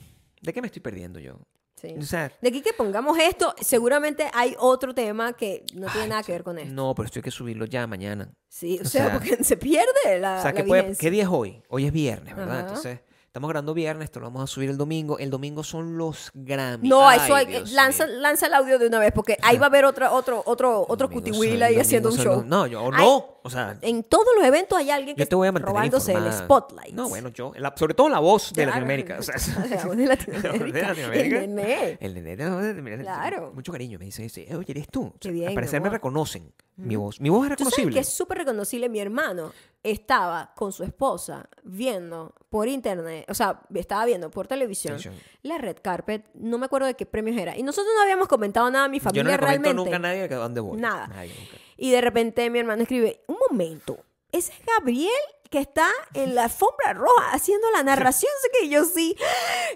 ¿De qué me estoy perdiendo yo? Sí. O sea, De aquí que pongamos esto, seguramente hay otro tema que no tiene nada que ver con esto. no, pero esto hay que subirlo ya mañana. Sí, o, o sea, sea- porque se pierde la, O sea, Ah, la ¿qué, puede- vigencia. ¿qué día es hoy? Hoy es viernes, ¿verdad? Ajá. Entonces, estamos grabando viernes, esto lo vamos a subir el domingo. El domingo son los Grammys. No, Ay, eso hay, Dios lanza, mío. lanza el audio de una vez, porque ahí va a haber otro, otro, otro, otro Domingo cutihuil ahí son- domingo haciendo un son show. los- no, yo, o Ay, no. O sea, En todos los eventos hay alguien que yo te voy a está mantener robándose informada. el spotlight. No, bueno, yo, la- sobre todo la voz de Claro. Latinoamérica. O sea, La voz de Latinoamérica. La voz de Latinoamérica. El nené. El nené de la voz de Latinoamérica. Claro. Mucho cariño, me dice, dice, oye, eres tú. O sea, Qué bien, al mi parecer me amor. reconocen mi voz. Mi voz es Tú sabes que reconocible. es súper reconocible. Mi hermano estaba con su esposa viendo por internet, o sea, estaba viendo por televisión Televisión. la red carpet. No me acuerdo de qué premios era. Y nosotros no habíamos comentado nada a mi familia yo no le comento realmente. nunca a nadie que a dónde voy. Nada. Nadie, nunca. Y de repente mi hermano escribe, un momento, ese es Gabriel que está en la alfombra roja haciendo la narración, no sé qué, y yo sí,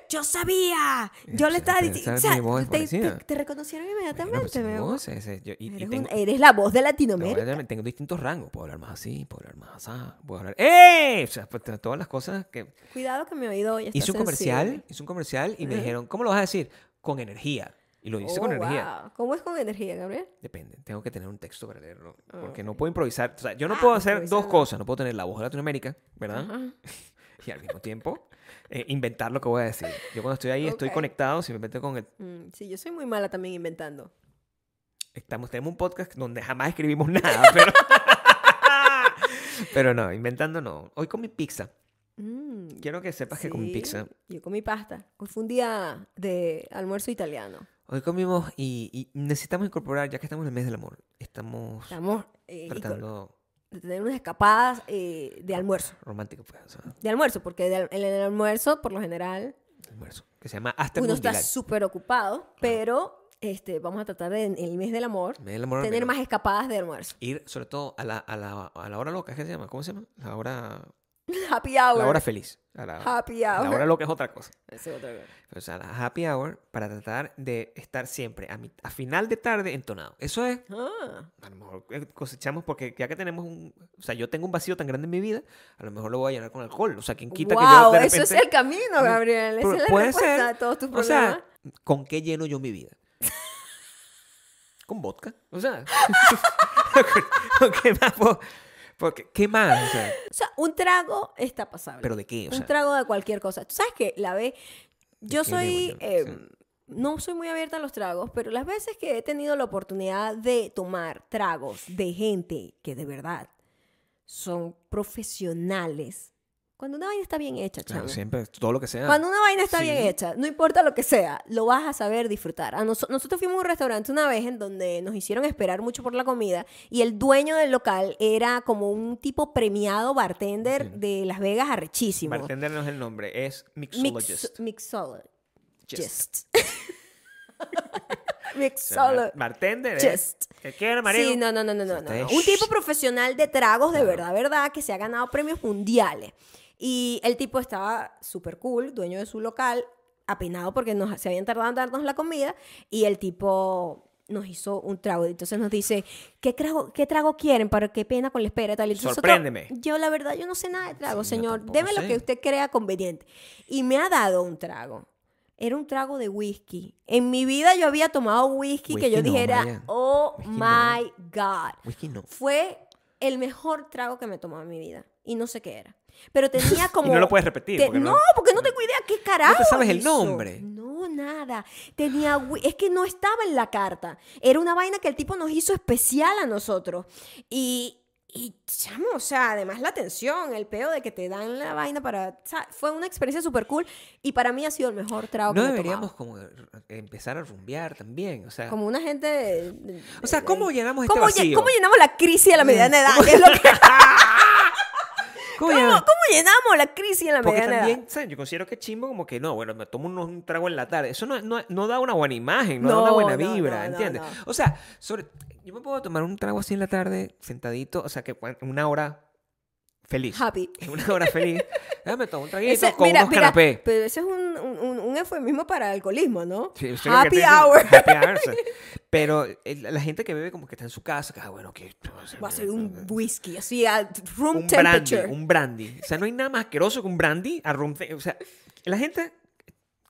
yo sabía, yo Pues, le estaba pero diciendo, o sabes, sea, mi voz es te, parecida. te- te reconocieron Bueno, pues, inmediatamente, mi mi amor. voz es- es- yo- y- y Eres, tengo- un- eres la voz de No, Latinoamérica. obviamente, tengo distintos rangos. Puedo hablar más así, puedo hablar más así, puedo hablar. ¡Eh! O sea, pues, t- todas las cosas que. Cuidado que mi oído ya está Hice un comercial, sensible. hice un comercial y me dijeron, ¿cómo lo vas a decir? Con energía. Y lo hice Oh, con energía. wow. ¿Cómo es con energía, Gabriel? Depende, tengo que tener un texto para leerlo. Ah, Porque no puedo improvisar. O sea, yo no Ah, puedo hacer improvisar dos no. cosas. No puedo tener la voz de Latinoamérica, ¿verdad? Ajá. Y al mismo tiempo, eh, inventar lo que voy a decir. Yo cuando estoy ahí, estoy Ok. conectado, simplemente con el. Mm, sí, yo soy muy mala también inventando. Estamos, tenemos un podcast donde jamás escribimos nada, pero. pero no, inventando no. Hoy con mi pizza. Mm, Quiero que sepas que comí sí, pizza. Yo comí pasta. Hoy fue un día de almuerzo italiano. Hoy comimos y, y necesitamos incorporar, ya que estamos en el mes del amor, estamos Estamos eh, y con- tratando de tener unas escapadas eh, de almuerzo. romántico, pues, o sea, De almuerzo, porque de al- en el almuerzo, por lo general, almuerzo, que se llama Hasta el uno está Mundial. súper ocupado, pero este, vamos a tratar de, en el mes del amor, Mes del amor tener romántico. más escapadas de almuerzo. Ir, sobre todo, a la, a, la, a la hora loca, ¿qué se llama? ¿Cómo se llama? La hora, Happy hour. la hora feliz. A la, Happy la hour. hora loca es otra cosa. Ese otro lugar. O sea, la happy hour para tratar de estar siempre a, mi- a final de tarde entonado. Eso es, Ah, a lo mejor eh, cosechamos porque ya que tenemos un, o sea, yo tengo un vacío tan grande en mi vida, a lo mejor lo voy a llenar con alcohol. O sea, quien quita que yo wow, de eso es repente- el camino, Gabriel. Esa Pu- es la puede respuesta ser. a todos tus O problemas. sea, ¿con qué lleno yo mi vida? Con vodka. O sea, ¿con qué más? puedo- Porque, ¿Qué más? O sea, O sea, un trago está pasable. ¿Pero de qué? O sea, un trago de cualquier cosa. Tú sabes que la vez, yo qué soy, digo yo? eh, no soy muy abierta a los tragos, pero las veces que he tenido la oportunidad de tomar tragos de gente que de verdad son profesionales, cuando una vaina está bien hecha, claro, chamo, siempre, todo lo que sea. Cuando una vaina está Sí. bien hecha, no importa lo que sea, lo vas a saber disfrutar. A noso- nosotros fuimos a un restaurante una vez en donde nos hicieron esperar mucho por la comida y el dueño del local era como un tipo premiado bartender Entiendo. de Las Vegas arrechísimo. Bartender no es el nombre, es Mix, mixologist. mixologist. Just. O sea, bar- mixologist. Bartender es. Just. ¿Qué quiere, marido? Sí, no, no, no, no, O sea, no, no, está no. de- Un tipo profesional de tragos de Claro. verdad, verdad, que se ha ganado premios mundiales. Y el tipo estaba súper cool, dueño de su local, apenado porque nos, se habían tardado en darnos la comida. Y el tipo nos hizo un trago. Entonces nos dice, ¿qué trago, qué trago quieren? ¿Para qué pena con la espera? y Tal. Y nosotros, Sorpréndeme. yo, la verdad, yo no sé nada de trago, Sí, yo señor. tampoco Deme lo sé. que usted crea conveniente. Y me ha dado un trago. Era un trago de whisky. En mi vida yo había tomado whisky, que Whisky yo no, dijera, Marian. oh Whisky no. my God. Whisky no. Fue el mejor trago que me he tomado en mi vida. Y no sé qué era. Pero tenía como. no lo puedes repetir, te- porque no, no- porque no tengo idea qué carajo. sabes el hizo. nombre. No, nada. Tenía. wi- Es que no estaba en la carta. Era una vaina que el tipo nos hizo especial a nosotros. Y. Y chamo, o sea, además la atención, el peo de que te dan la vaina para. o sea, fue una experiencia súper cool. Y para mí ha sido el mejor trago No que me he deberíamos tomado. como eh, empezar a rumbear también. O sea, Como una gente. de- de- Ah. o sea ¿cómo llenamos este ¿Cómo, lle- vacío? Mm. cómo llenamos la crisis de la mediana edad? Que es lo que- ¿Cómo, ¿Cómo llenamos? cómo llenamos la crisis en la Porque mediana también, edad? ¿sabes? Yo considero que chimbo como que no, bueno, me tomo un, un trago en la tarde. Eso no, no- no da una buena imagen, no, da una No, buena no, vibra, no, no, ¿entiendes? no. O sea, sobre, yo me puedo tomar un trago así en la tarde, sentadito, o sea, que cua- una hora feliz. Happy. En Una hora feliz. Ya me tomo un traguito Ese- con mira, unos mira, canapés. pero ese es un, un, un- un eufemismo para alcoholismo, ¿no? Sí, eso es lo que Happy te digo, hour. happy hour, o sea, Pero el- la gente que bebe como que está en su casa, que, ah, bueno, que... Va a ser un whisky, así a room un brandy, temperature. un brandy. O sea, no hay nada más asqueroso que un brandy a room te- O sea, la gente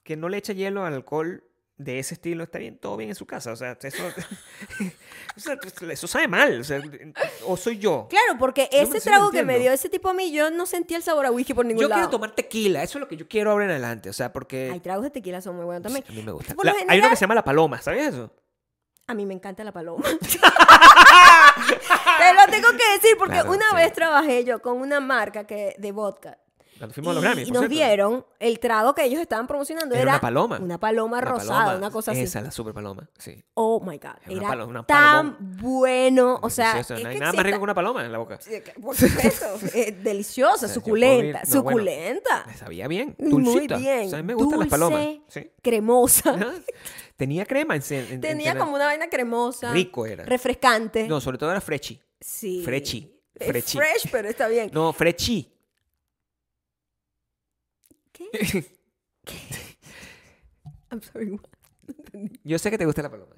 que no le echa hielo al alcohol de ese estilo está bien, todo bien en su casa. O sea, eso, o sea, pues, eso sabe mal. O, sea, o soy yo. Claro, porque Yo ese sí lo trago que me entiendo. dio ese tipo a mí, yo no sentí el sabor a whisky por ningún Yo lado. quiero tomar tequila, eso es lo que yo quiero ahora en adelante. O sea, porque pues, Hay tragos de tequila son muy buenos también. a mí me gusta. Por lo La- Hay uno general- que se llama la paloma, ¿sabías eso? A mí me encanta la paloma. Te lo tengo que decir porque Claro, una sí. vez trabajé yo con una marca que, de vodka. Cuando fuimos a los y, Grammys. y por nos cierto. dieron el trago que ellos estaban promocionando. Era Era, una paloma. Una paloma Una rosada, paloma, una cosa así. Esa, la super paloma. Sí. Oh my God. Era una Era palo- una tan palomón. bueno. O sea, Delicioso, es no hay que nada más rico que exista- una paloma en la boca. Sí, que- Por supuesto. Eh, deliciosa, O sea, yo puedo ir- suculenta. no, bueno, suculenta. Me sabía bien. Muy Dulcita. bien, O sea, a mí me gustan las palomas. dulce. Sí. cremosa. Ajá. Tenía crema en, en- en- Tenía en- como una vaina cremosa. Rico era. Refrescante. No, sobre todo era frechi. sí. frechi, Es frechi. Fresh, pero está bien. No, frechi. ¿Qué? I'm sorry. what? Yo sé que te gusta la paloma.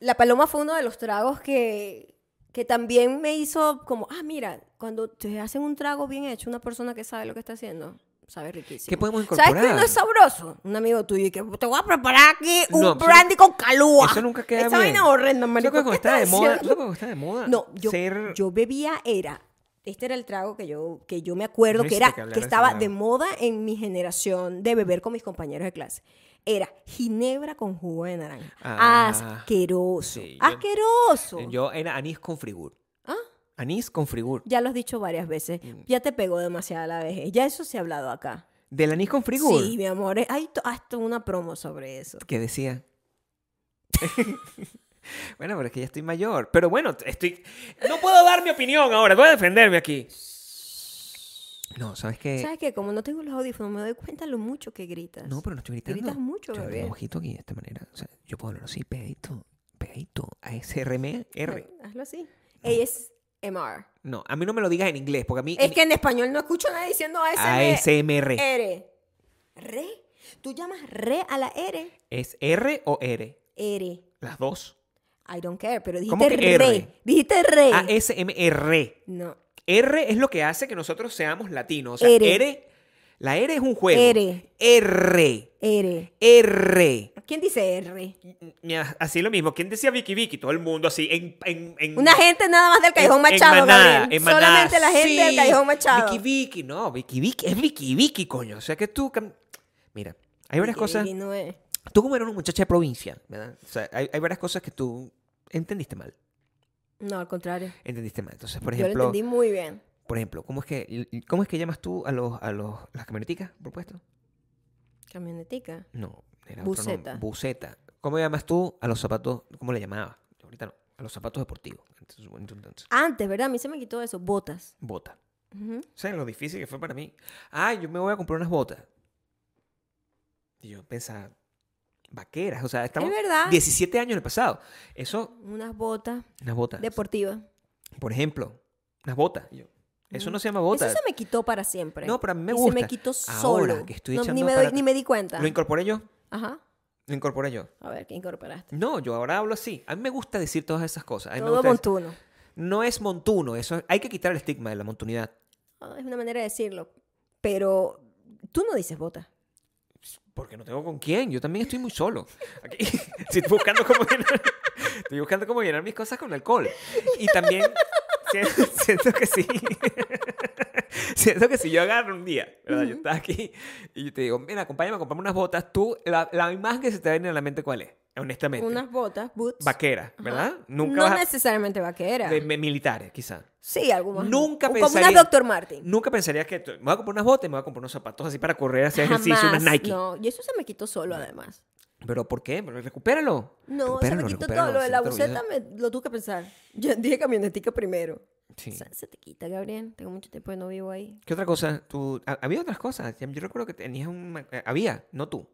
La paloma fue uno de los tragos que, que también me hizo como, ah, mira, cuando te hacen un trago bien hecho, una persona que sabe lo que está haciendo, sabe riquísimo. ¿Qué podemos ¿Sabes qué incorporar? no es sabroso? Un amigo tuyo y que te voy a preparar aquí un No, eso- brandy con calúa. eso nunca queda Esa bien. vaina horrenda, Yo marico. creo que como ¿Qué está de estás moda. haciendo? Yo creo que está de moda. No, yo, ser... yo bebía era. Este era el trago que yo, que yo me acuerdo No que hiciste era que hablar que de ese estaba trago. de moda en mi generación de beber con mis compañeros de clase. Era ginebra con jugo de naranja. Ah, asqueroso. sí, yo- asqueroso. Yo era anís con frigur. ¿Ah? Anís con frigur. Ya lo has dicho varias veces. Mm. Ya te pegó demasiada la vejez. Ya eso se ha hablado acá. ¿Del anís con frigur? Sí, mi amor. eh, Hay to- hasta una promo sobre eso. ¿Qué decía? bueno, pero es que ya estoy mayor. Pero bueno, estoy... No puedo dar mi opinión ahora. Voy a defenderme aquí. No, ¿sabes qué? ¿Sabes qué? Como no tengo los audífonos, me doy cuenta lo mucho que gritas. No, pero no estoy gritando. Gritas mucho, Yo tengo bebé. un ojito aquí de esta manera. O sea, yo puedo hablar así, pegadito, pegadito, ASRM, R. Ah, Hazlo así. ASMR. No, a mí no me lo digas en inglés, porque a mí... Es en- que en español no escucho nada diciendo ASMR. ASMR. ¿Re? ¿Tú llamas re a la R? ¿Es R o R? R. Las dos. I don't care, pero ¿Cómo dijiste que re. R? Ah, e- Dijiste re. ASMR. no. R es lo que hace que nosotros seamos latinos. O sea, R. R. la R es un juego. R. R. R. R. ¿Quién dice R? Mira, Así lo mismo. ¿Quién decía Vicky Vicky? Todo el mundo así. En, en, en- Una gente nada más del Callejón Mm. en- Machado, en Maná, Gabriel. en Maná. Solamente la gente del Sí, Callejón Machado. Vicky Vicky. No, Vicky Vicky. Es Vicky Vicky, coño. O sea que tú... cam- Mira, hay varias Vicky, cosas... Vicky, no es. Tú como eres una muchacha de provincia, ¿verdad? O sea, hay, hay varias cosas que tú entendiste mal. No, al contrario. Entendiste mal. Entonces, por Yo lo ejemplo... entendí muy bien. Por ejemplo, ¿cómo es que, cómo es que llamas tú a los, a los las camioneticas, por puesto? Camionetica. No, era otro Buseta. nombre. Buseta. ¿Cómo llamas tú a los zapatos? ¿Cómo le llamabas? Yo Ahorita no. A los zapatos deportivos. Entonces, bueno, entonces, Antes, ¿verdad? A mí se me quitó eso. Botas. bota. Ujú. ¿Sabes lo difícil que fue para mí? Ah, yo me voy a comprar unas botas. Y yo pensaba, vaqueras. O sea, estamos Es verdad. 17 años en el pasado. Eso, Unas botas unas botas. deportivas. Por ejemplo, unas botas. Y yo, eso Mm. no se llama botas. Eso se me quitó para siempre. No, pero a mí me y gusta. se me quitó Ahora solo. que estoy No, ni, echando me para doy- ni me di cuenta. Lo incorporé yo. Ajá. Lo incorporé yo. A ver, ¿qué incorporaste? No, yo ahora hablo así. A mí me gusta decir todas esas cosas. A mí Mm, me Todo gusta decir- montuno. No es montuno, eso hay que quitar el estigma de la montunidad. Ah, Es una manera de decirlo. Pero tú no dices bota. Porque no tengo con quién, yo también estoy muy solo. Aquí, estoy buscando cómo llenar, estoy buscando cómo llenar mis cosas con alcohol. Y también siento, siento que sí. siento que si yo agarro un día, ¿verdad? Yo estaba aquí y yo te digo, mira, acompáñame a comprarme unas botas, tú, la, la imagen que se te viene a la mente, ¿cuál es? Honestamente. Unas botas, boots. Vaquera, ¿verdad? Nunca no vas a- necesariamente vaquera. de- de militares, quizás. Sí, algunas. Nunca O Como pensaría- unas Dr. Martin. Nunca pensarías que tú- me voy a comprar unas botas y me voy a comprar unos zapatos así para correr, hacer ejercicio, unas Nike. No, y eso se me quitó solo además. ¿Pero por qué? Pero recupéralo. No, se me Recupéralo, quitó recupéralo, todo. Lo de la siento orgulloso. buceta me, lo tuve que pensar. Yo dije camionetica primero. Sí. O sea, se te quita, Gabriel. Tengo mucho tiempo que no vivo ahí. ¿Qué otra cosa? Tú, ha- había otras cosas. Yo recuerdo que tenías un... ma- eh, Había, no tú.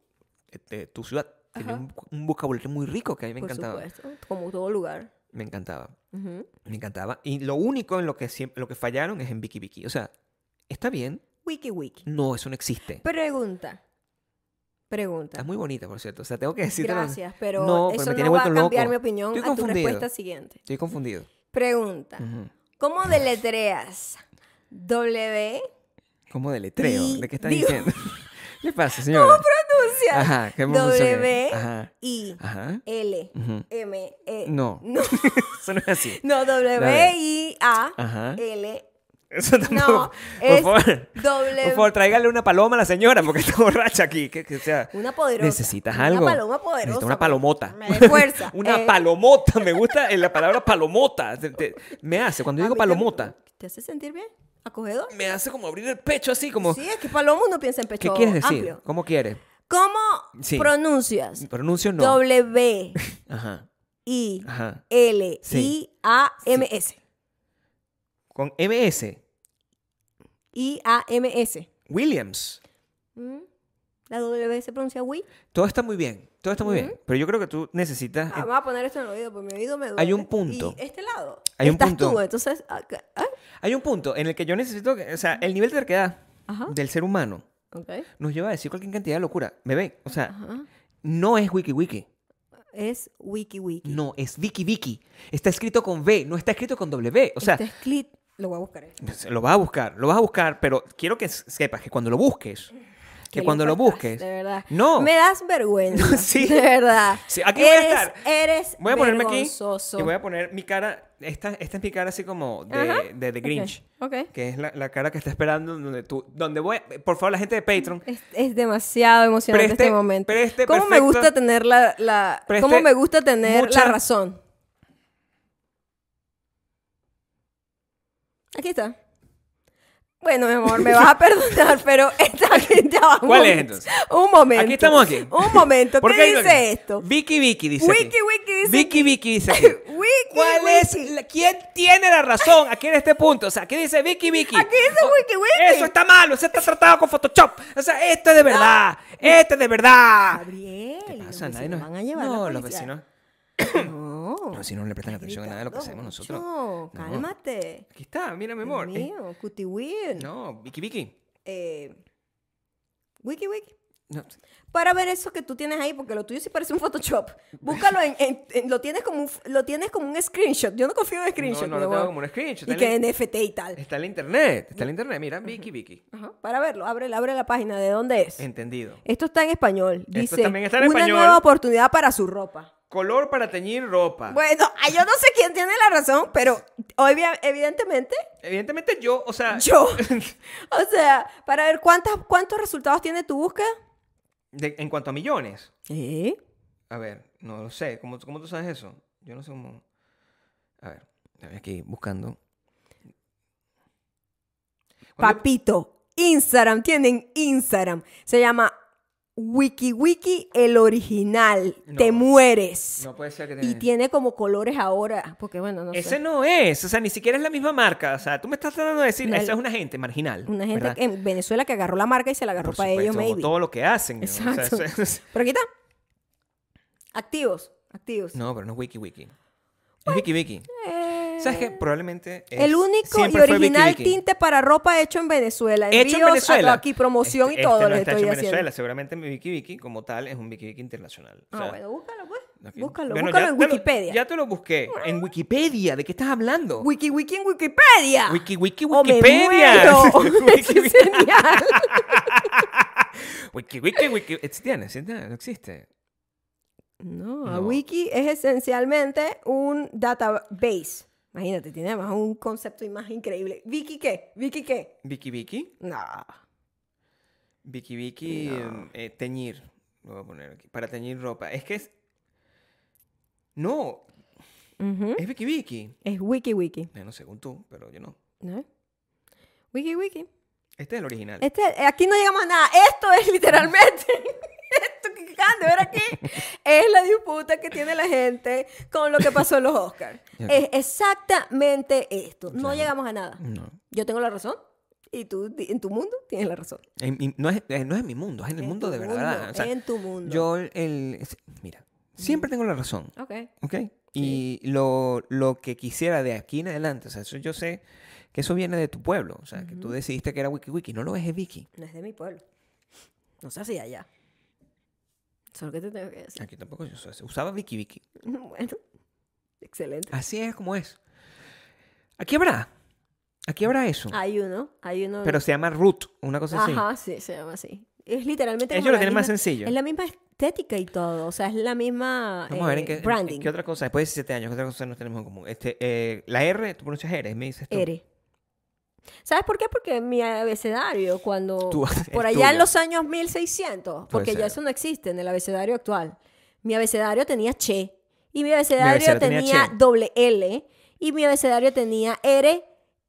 este, tu ciudad tenía Ajá. un, un vocabulario muy rico que a mí me por encantaba. supuesto. Como todo lugar. Me encantaba. Ujú. Me encantaba. Y lo único en lo que, siem- lo que fallaron es en Vicky Vicky. O sea, está bien. Wiki wiki. No, eso no existe. Pregunta. Pregunta. Estás muy bonita, por cierto. O sea, tengo que decirte. lo- Gracias, pero No, pero eso me tiene no va a vuelto loco. cambiar mi opinión Estoy a tu confundido. Mm. respuesta siguiente. Estoy confundido. Pregunta. Ujú. ¿Cómo deletreas? W ¿Cómo deletreo? Y ¿De qué estás digo- diciendo? ¿Qué pasa, señora? ¿Cómo pronuncia? Ajá, ¿qué pronuncia? W Ajá. I Ajá. L Ujú. M E No. No, Eso no es así. no, W I A Ajá. L E. Eso tampoco. No, por es favor. Por W favor, tráigale una paloma a la señora porque está borracha aquí. Que, que, o sea, Una poderosa. Necesitas Una algo. paloma poderosa, Necesitas una porque palomota. me da fuerza. una Eh. palomota. Me gusta eh, la palabra palomota. Te- te- me hace, cuando pues. A digo mí te- palomota, ¿Te hace sentir bien? ¿Acogedor? me hace como abrir el pecho así, como. Sí, es que paloma uno piensa en ¿Qué pecho quieres decir? amplio. ¿Cómo quieres? ¿Cómo Sí. pronuncias? Pronuncio no. W Ajá. I Ajá. L I Sí. A M S Con MS. I A M S. Williams. ¿Mm? La W se pronuncia Wii. Todo está muy bien. Todo está muy bien. Pero yo creo que tú necesitas. Ah, vamos a poner esto en el oído, porque mi oído me duele. eh. Hay un punto. Y este lado. Hay un Estás punto. tú, entonces. acá- ah, Hay un punto en el que yo necesito. que- o sea, el nivel de terquedad Ajá. del ser humano Ok. nos lleva a decir cualquier cantidad de locura. Me ven. O sea, Ajá. no es wiki wiki. Es Wiki Wiki. No, es Vicky Vicky. Está escrito con V, no está escrito con W. O sea, Este es clit. Lo voy a buscar. eh. pues, lo vas a buscar, lo vas a buscar, pero quiero que s- sepas que cuando lo busques, Qué que cuando lo loco estás, busques, De verdad. No. Me das vergüenza. Sí. De verdad. Sí, aquí voy a Eres- estar. Eres voy a ponerme aquí vergonzoso. y voy a poner mi cara. Esta, esta es mi cara así como Ajá. de, de The Ok, Grinch. ok. Que es la, la cara que está esperando donde tú, donde voy, a- por favor, la gente de Patreon, Es, es demasiado emocionante Preste- este momento. preste ¿Cómo me perfecta- gusta tener la, la Preste cómo me gusta tener mucha- la razón? Aquí está. Bueno, mi amor, me vas a perdonar, pero esta aquí ya va, un ¿Cuál es, momento. entonces? Un momento. Aquí estamos aquí. Un momento. ¿Por ¿Qué hay- dice esto? Vicky Vicky dice. aquí. Wiki, wiki, dice Vicky Vicky dice. aquí. Wiki, ¿Cuál wiki. es? la- ¿Quién tiene la razón aquí en este punto? O sea, ¿qué dice Vicky Vicky? Aquí dice wiki, wiki. Eso está malo, eso está tratado con Photoshop. O sea, esto es de verdad, esto es de verdad. Gabriel, ¿Qué los pasa? Nadie vecinos nos- van a llevar a la no, los policía. vecinos, No. los vecinos no le prestan atención a nada de lo que Gritando hacemos nosotros. mucho, cálmate. Aquí está, mira, mi Dios amor. Eh, mío, cuti Will. no, Vicky Vicky. Eh, wiki, wiki. No, Para ver eso que tú tienes ahí, porque lo tuyo sí parece un Photoshop. Búscalo en, en- en- lo tienes como un, f- lo tienes como un screenshot. Yo no confío en no, screenshot, no mi lo tengo amor. como un screenshot. Eh. y Está, que en, NFT y tal. está en la internet, está en la internet. Mira, Vicky Vicky. Ajá, Para verlo, abre, abre la página de dónde es. Entendido. Esto está en español. Dice, también está en una español". nueva oportunidad para su ropa. Color para teñir ropa. Bueno, ay, yo no sé quién tiene la razón, pero obvia- evidentemente Evidentemente yo, o sea, yo. O sea, para ver cuántas, cuántos resultados tiene tu búsqueda. de- en cuanto a millones. A ver, no lo sé. ¿Cómo, cómo tú sabes eso? Yo no sé cómo. A ver, a ver, aquí buscando. Cuando- Papito, Instagram, tienen Instagram. Se llama WikiWiki el original. No. Te mueres. No puede ser que Y tenga- tiene como colores ahora, porque bueno, no Ese sé. no es, o sea, ni siquiera es la misma marca. O sea, tú me estás tratando de decir, No, esa el- es una gente marginal. Una gente ¿verdad? que- en Venezuela que agarró la marca y se la agarró Por para ellos, supuesto, maybe. todo lo que hacen. ¿no? O sea, Exacto. eso es- Pero aquí está. Activos, activos. No, pero no es Wiki Wiki. Es Wiki Wiki. Eh, ¿Sabes qué? Probablemente. es- El único y siempre fue Wiki original Wiki. tinte para ropa hecho en Venezuela. Hecho en Envíos a- Venezuela. Aquí promoción Este- y este todo no lo está estoy hecho en haciendo. Venezuela. Seguramente mi Wiki Wiki, como tal, es un Wiki Wiki internacional. O Ah, sea, bueno, búscalo, pues. Aquí. Búscalo, Bueno, búscalo ya en te lo- Wikipedia. Ah. ya te lo busqué. En Wikipedia, ¿de qué estás hablando? Wiki Wiki en Wikipedia. Wiki, wiki, O me Wikipedia. muero. Eso Wiki, es genial. wiki, wiki, wiki. Eh, sí tiene, sí tiene, no existe. No, a No. Wiki es esencialmente un database. Imagínate, tiene además un concepto y más increíble. ¿Wiki qué? ¿Wiki qué? Wiki, wiki. No. Wiki, wiki. eh, teñir. Lo voy a poner aquí. Para teñir ropa. Es que es. No, Ujú. es wiki, wiki. Es Wiki Wiki. Bueno, según tú, pero yo no. ¿no? Wiki Wiki. Este es el original. Este, eh, aquí no llegamos a nada. Esto es literalmente. Esto que acaban de ver aquí es la disputa que tiene la gente con lo que pasó en los Oscars. Ya. Es exactamente esto. No Claro. llegamos a nada. No. Yo tengo la razón y tú di- en tu mundo tienes la razón. En mi- no, es, eh, no es en mi mundo, es en el En mundo tu de verdad. mundo, O sea, en tu mundo. Yo, el. es- Mira, siempre tengo la razón. Ok. ¿Ok? Y lo, lo que quisiera de aquí en adelante, o sea, eso yo sé que eso viene de tu pueblo, o sea, que tú decidiste que era Wiki Wiki, no lo es, es Wiki. No es de mi pueblo. No sé si allá. Solo que te tengo que decir. Aquí tampoco se usa- se usaba Vicky Vicky. Bueno, excelente. Así es como es. Aquí habrá. Aquí habrá eso. Hay uno, hay uno. Pero se llama Root, una cosa así. Ah, Ajá, sí, se llama así. Es literalmente. Ellos como lo la tienen más misma- sencillo. Es la misma estética y todo. O sea, es la misma. Vamos a ver en eh, qué, en- en Branding. qué otra cosa, después de 17 años, qué otra cosa nos tenemos en común. Este, eh, la R, tú pronuncias R, me dices tú. Ere. ¿Sabes por qué? Porque mi abecedario, cuando. Tú- por el allá en tuyo. los años 1600, porque ser. ya eso no existe en el abecedario actual. Mi abecedario tenía Che. Y mi abecedario, abecedario tenía tenía, Che. doble L. Y mi abecedario tenía R,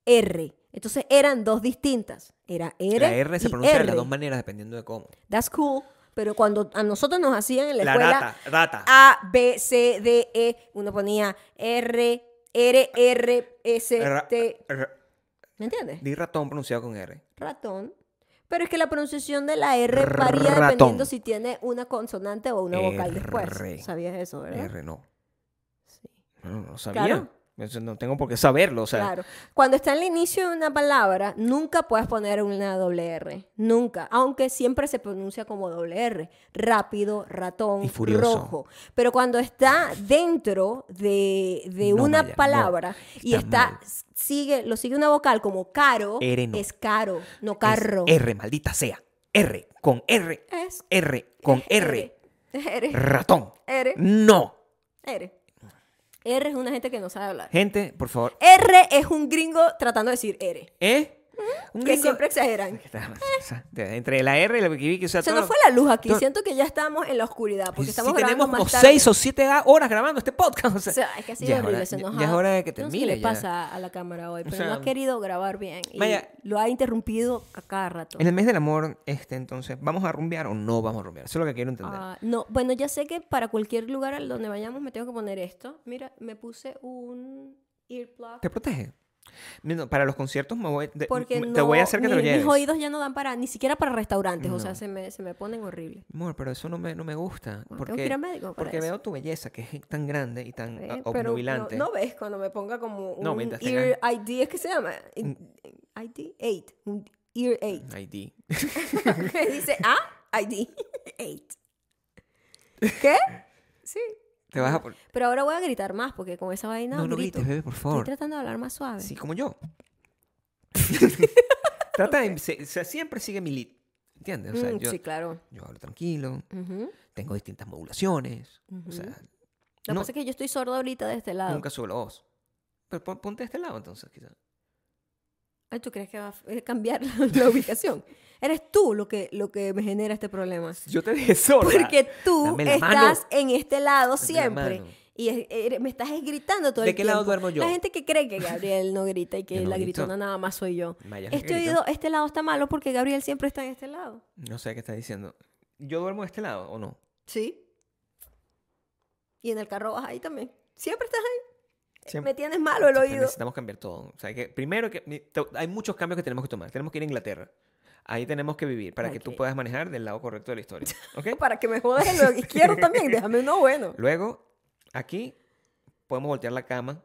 R. Entonces eran dos distintas. Era R. La R se y pronuncia de las R. dos maneras dependiendo de cómo. That's cool. Pero cuando a nosotros nos hacían en la, La escuela data, data. A, B, C, D, E, uno ponía R, R, R, S, Ra- T. ra- ¿Me entiendes? Di ratón pronunciado con R. Ratón. Pero es que la pronunciación de la R Ratón. varía dependiendo si tiene una consonante o una vocal R. después. ¿Sabías eso, verdad? R no. Sí. No, no sabía. Claro. Eso no tengo por qué saberlo. O sea, Claro. Cuando está en el inicio de una palabra, nunca puedes poner una doble R. Nunca. Aunque siempre se pronuncia como doble R. Rápido, ratón, Y furioso. rojo. Pero cuando está dentro de, de No, una Maya, no. palabra y Está está, mal. sigue, lo sigue una vocal como caro, R no. es caro, no es carro. R, maldita sea. R con R. Es R con R. R. Ratón. R. No. R. R es una gente que no sabe hablar. Gente, por favor. R es un gringo tratando de decir R. ¿Eh? Un Que gringo- siempre exageran. O sea, Entre la R y la Vicky Vicky, o sea, Se todo nos lo- fue la luz aquí. todo- Siento que ya estamos en la oscuridad porque Sí, estamos grabando tenemos como más tarde. 6 o 7 horas grabando este podcast. O sea, O sea, es que ha sido ya es horrible. hora- se nos ya- ya ha- es hora de que no sé termine. qué le ya. pasa a la cámara hoy, pero sea, no ha querido grabar bien. Y Maya- lo ha interrumpido a cada rato. En el mes del amor, este, entonces, ¿vamos a rumbear o no vamos a rumbear? Eso es lo que quiero entender. Ah, no, bueno, ya sé que para cualquier lugar al donde vayamos me tengo que poner esto. Mira, me puse un earplug. Te protege. Mira, para los conciertos me voy, de- Porque me- no, te voy a hacer que te lo mi- lleves. mis oídos ya no dan para, ni siquiera para restaurantes. O sea, No. se me, se me ponen horrible. Amor, pero eso no me, no me gusta. Bueno, porque tengo que ir al médico para porque eso. veo tu belleza, que es tan grande y tan Eh, ah, pero obnubilante. No, no ves cuando me ponga como un No, mientras Mm. ear ID, ¿es que se llama? ID 8, un ear 8. ID. que dice, ah, ID 8. ¿Qué? Sí. Te vas a... por- Pero ahora voy a gritar más porque con esa vaina No, no grito. grites, bebé, por Estoy favor. tratando de hablar más suave. Sí, como yo. Trata de... se- se- siempre sigue mi lead. ¿Entiendes? O sea, Mm, yo, sí, claro. yo hablo tranquilo, Ujú. tengo distintas modulaciones. O sea, Lo que no, pasa es que yo estoy sorda ahorita de este lado. nunca subo la voz. Pero pon- ponte de este lado entonces, quizás. Ay, ¿tú crees que va a eh, cambiar la, la ubicación? Eres tú lo que, lo que me genera este problema. Yo te dije sorda. Porque tú Dame la estás mano. en este lado Dame la siempre. mano. Y es- eres- me estás gritando todo ¿De el qué tiempo. lado duermo yo? La gente que cree que Gabriel no grita y que Yo no la grito. gritona nada más soy yo. Maya es la que Este grita. oído, este lado está malo porque Gabriel siempre está en este lado. No sé qué estás diciendo. ¿Yo duermo de este lado o no? Sí. Y en el carro vas ahí también. Siempre estás ahí. Siempre- Me tienes malo el Entonces, Ah, oído. Necesitamos cambiar todo. O sea, que primero que mi- to- hay muchos cambios que tenemos que tomar. Tenemos que ir a Inglaterra. Ahí tenemos que vivir para que tú Ok. puedas manejar del lado correcto de la historia. ¿Ok? Para que me jodas el oído izquierdo también. Déjame uno bueno. Luego, aquí podemos voltear la cama.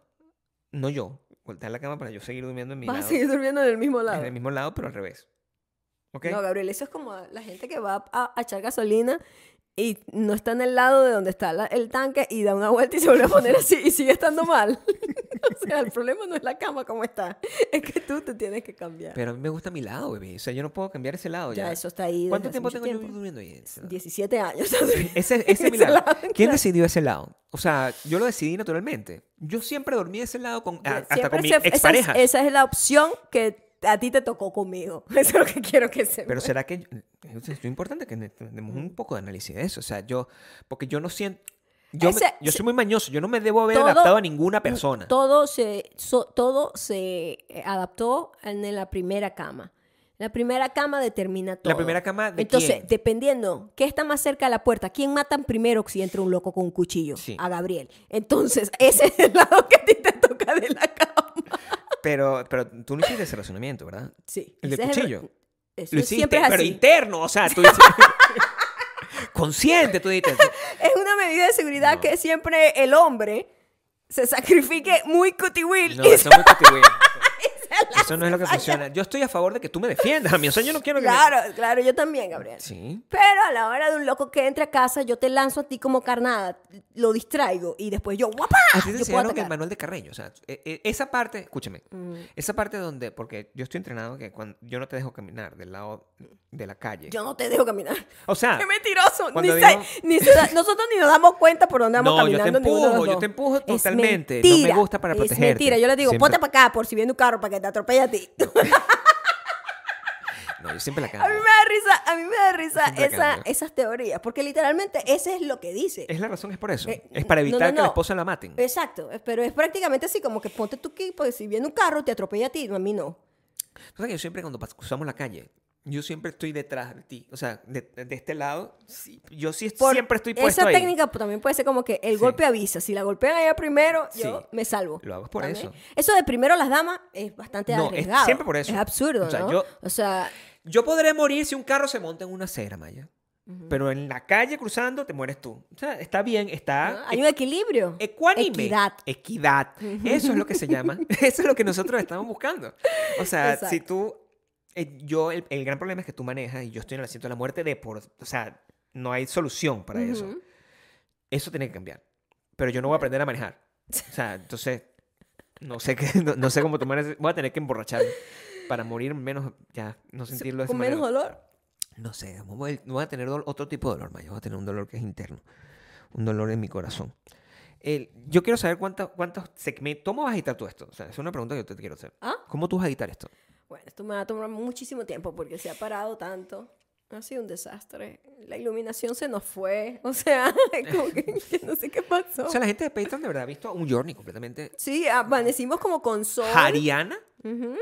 No yo. Voltear la cama para yo seguir durmiendo en mi Vas a lado. seguir durmiendo en el mismo lado. En el mismo lado, pero al revés. ¿Ok? No, Gabriel, eso es como la gente que va a, a echar gasolina y no está en el lado de donde está la- el tanque y da una vuelta y se vuelve a poner así y sigue estando mal. o sea, el problema no es la cama como está, es que tú te tienes que cambiar. Pero a mí me gusta mi lado, bebé. O sea, yo no puedo cambiar ese lado. Ya, ya, eso está ahí. ¿Cuánto desde tiempo hace tengo mucho yo Eh, tiempo. durmiendo ahí? Ese lado. 17 años. Ese, ese Ese es mi lado. lado, ¿Quién claro. decidió ese lado? O sea, yo lo decidí naturalmente. Yo siempre dormí ese lado con, a- hasta con mi Siempre se- esa es- expareja. Esa, es la opción que a ti te tocó conmigo. Eso es lo que quiero que sepas. Pero será que es es importante que ne- tenemos un poco de análisis de eso. O sea, yo, porque yo no siento, yo, me- Ese- yo soy muy mañoso. Yo no me debo haber todo- mm, adaptado a ninguna persona. Todo se, so- todo se eh, adaptó en, en la primera cama. La primera cama determina todo. primera cama de Entonces, quién? dependiendo, ¿qué está más cerca de la puerta? ¿Quién matan primero si entra un loco con un cuchillo? Sí. A Gabriel. Entonces, ese es el lado que a ti te toca de la cama. Pero, pero tú no hiciste ese razonamiento, ¿verdad? Sí. El de ese es cuchillo. eso Lo hiciste, siempre es pero así. interno. O sea, tú dices, consciente, tú dices. Es una medida de seguridad No. que siempre el hombre se sacrifique muy cutihuil No, y eso es muy cotidiano. se Eso no es lo que funciona. Yo estoy a favor de que tú me defiendas a mí. O sea, yo no quiero que... me- Claro, claro, yo también, Gabriel. Sí. Pero a la hora de un loco que entra a casa, yo te lanzo a ti como carnada, lo distraigo y después yo, ¡guapa! A ti te Ah, Yo enseñaron puedo que atacar. el Mm. manual de Carreño, o sea, e- e- esa parte, escúchame, esa parte donde, porque yo estoy entrenado que cuando yo no te dejo caminar del lado de la calle. Yo no te dejo caminar. o sea, ¡Qué mentiroso! Ni Ah. cuando sé- digo- ni se da- nosotros ni nos damos cuenta por dónde vamos No, yo te caminando. ninguno de los empujo, yo dos. te empujo Es totalmente. No me mentira, gusta para protegerte. Es mentira, yo le digo, Siempre- ponte para acá por si viene un carro para que te atropelle a ti. no, yo siempre la A mí cambio. me da risa, a mí me da risa Siempre esa- cambio. esas teorías, porque literalmente ese es lo que dice. Es la razón, es por eso. Eh, es para no, no, evitar que la no. Eh. esposa la maten. Exacto, pero es prácticamente así como que ponte tu kit, porque si viene un carro te atropella a ti, no, a mí no. O sea, que yo siempre cuando pas- cruzamos la calle, yo siempre estoy detrás de ti. O sea, de, de este lado, sí, yo sí Por- siempre estoy puesto Esa ahí. técnica pues, también puede ser como que el Sí. golpe avisa. Si la golpean allá primero, yo Sí. me salvo. Lo hago por ¿También? eso. Eso de primero las damas es bastante No, es arriesgado. siempre por eso. Es absurdo, O sea, ¿no? yo- O sea, Yo podré morir si un carro se monta en una acera, Maya. Pero en la calle cruzando te mueres tú. O sea, está bien, está ¿no? Ah, hay un equilibrio. ecuánime. Equidad. Equidad. Eso es lo que se llama. Eso es lo que nosotros estamos buscando. O sea, Exacto. si tú. eh, yo, el, el gran problema es que tú manejas y yo estoy en el asiento de la muerte de por. O sea, no hay solución para eso. Ujú. Eso tiene que cambiar. Pero yo no voy a aprender a manejar. O sea, entonces. No sé, qué, no, no sé cómo tomar ese- Voy a tener que emborracharme para morir menos. Ya, no sentirlo de esa Con menos manera. dolor. No sé, no voy no voy a tener dol- otro tipo de dolor, Maya. Voy a tener un dolor que es interno. Un dolor en mi corazón. El- yo quiero saber cuánta- cuántos segmentos. ¿Cómo vas a editar tú esto? O sea, es una pregunta que yo te quiero hacer. ¿Ah? ¿Cómo tú vas a editar esto? Bueno, esto me va a tomar muchísimo tiempo porque se ha parado tanto. Ha sido un desastre. La iluminación se nos fue. O sea, como que, que no sé qué pasó. O sea, la gente de Patreon de verdad ha visto un journey completamente. Sí, amanecimos como con sol. Hariana. Ujú.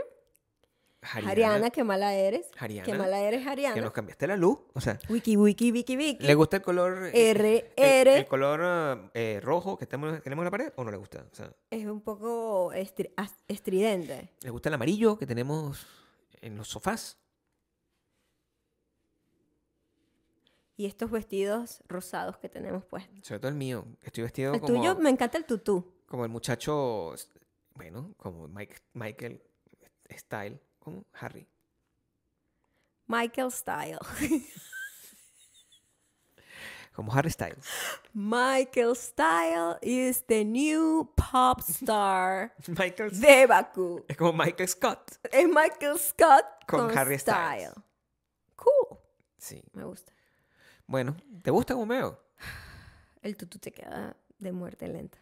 Hariana. Hariana, qué mala eres. Hariana. Qué mala eres, Que Hariana. nos cambiaste la luz. O sea, Wiki, wiki, wiki, wiki. ¿le gusta el color. eh, R, el- R. El, color ah, eh, rojo que tenemos, tenemos en la pared o no le gusta? O sea, Es un poco estri- as- estridente. ¿le gusta el amarillo que tenemos en los sofás? Y estos vestidos rosados que tenemos puestos. Sobre todo el mío. Estoy vestido El como. tuyo me encanta el tutú. como el muchacho, s- bueno, como Mike, Michael Style, como Harry. Michael Style. Como Harry Styles. Michael Style is the new pop star Michael S- de Bakú. es como Michael Scott. Es Michael Scott Con con, Harry Style. Styles. Cool. Sí. Me gusta. Bueno, ¿te gusta como veo? El tutú te queda de muerte lenta.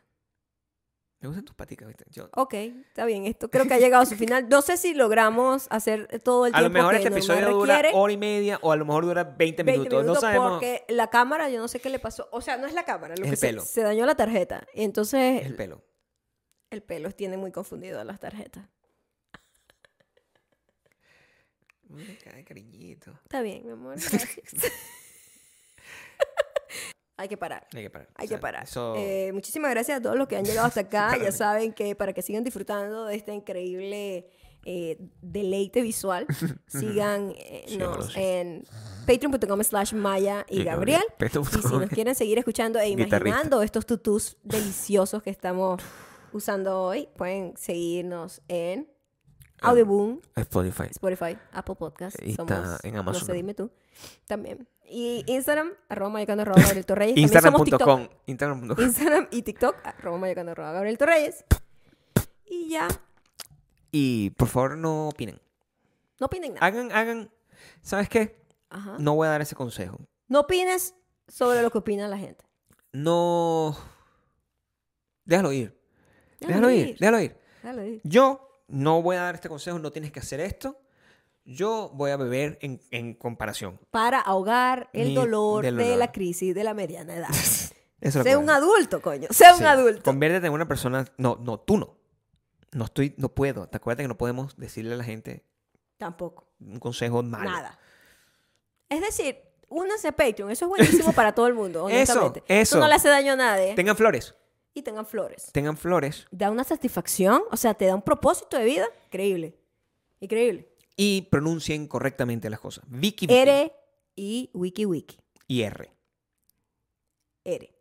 Me gustan tus paticas, ¿viste? Yo- Ok, está bien. Esto creo que ha llegado a su final. No sé si logramos hacer todo el a tiempo lo mejor que este normal episodio dura requiere. hora y media o a lo mejor dura 20 20 minutos. no sabemos. Porque la cámara, yo no sé qué le pasó. O sea, no es la cámara, lo Es que el se- pelo. Se, dañó la tarjeta. Y entonces Es el pelo. el pelo tiene muy confundido a las tarjetas. Mira, cara, Mm, cariñito. Está bien, mi amor. gracias. Hay que parar. Hay que parar. Hay O sea, que parar. Eso, Eh, muchísimas gracias a todos los que han llegado hasta acá. ya Perdón. saben que para que sigan disfrutando de este increíble eh, deleite visual, sigan eh, Sí, nos gracias. en patreon.com slash maya y Y Gabriel. Gabriel. Y si nos quieren seguir escuchando e Guitarrista. imaginando estos tutús deliciosos que estamos usando hoy, pueden seguirnos en Ah. Audioboom, Spotify. Spotify, Apple Podcast. Y está somos, en No Amazon sé, también. dime tú. También. Y Instagram, arroba mayocando, arroba Gabriel Torreyes. También somos TikTok. Instagram.com. Instagram.com. Instagram y TikTok, arroba mayocando, arroba Gabriel Torreyes. Y ya, Y por favor, no opinen. no Ah. opinen nada. Hagan, hagan. ¿Sabes qué? Ajá. No voy a dar ese consejo. No opines sobre lo que opina la gente. no. Déjalo ir. Déjalo, ir. déjalo ir. Déjalo ir. Yo no voy a dar este consejo, no tienes que hacer esto. Yo voy a beber en, en comparación. Para ahogar el Mi- dolor del de dolor. la crisis de la mediana edad. Eso es lo que Sé voy un a hacer. adulto, coño. Sé Sí. un adulto. Conviértete en una persona. No, no, tú no. No estoy, no puedo. Te acuerdas que no podemos decirle a la gente Tampoco. un consejo malo. Nada. Es decir, únanse a Patreon. Eso es buenísimo para todo el mundo, Eso, honestamente. eso. no le hace daño a nadie. Tengan flores. Y tengan flores. Tengan flores. Da una satisfacción, o sea, te da un propósito de vida. Increíble. Increíble. Y pronuncien correctamente las cosas. Vicky, Vicky R y Wiki Wiki. y R. R.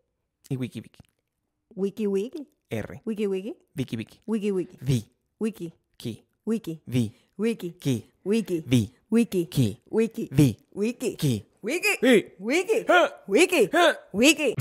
Y Wiki Vicky. Wiki Wiki. R. Wiki Wiki. Vicky Vicky. Wiki Wiki. Wiki. Vicky. Wiki. Vi. Wiki. Ki. Wiki. Vi. Wiki. Ki. Wiki. Vi. Wiki. Ki. Wiki. Wiki. Ki. Vi. Wiki. Ah. Wiki. Ah. Wiki.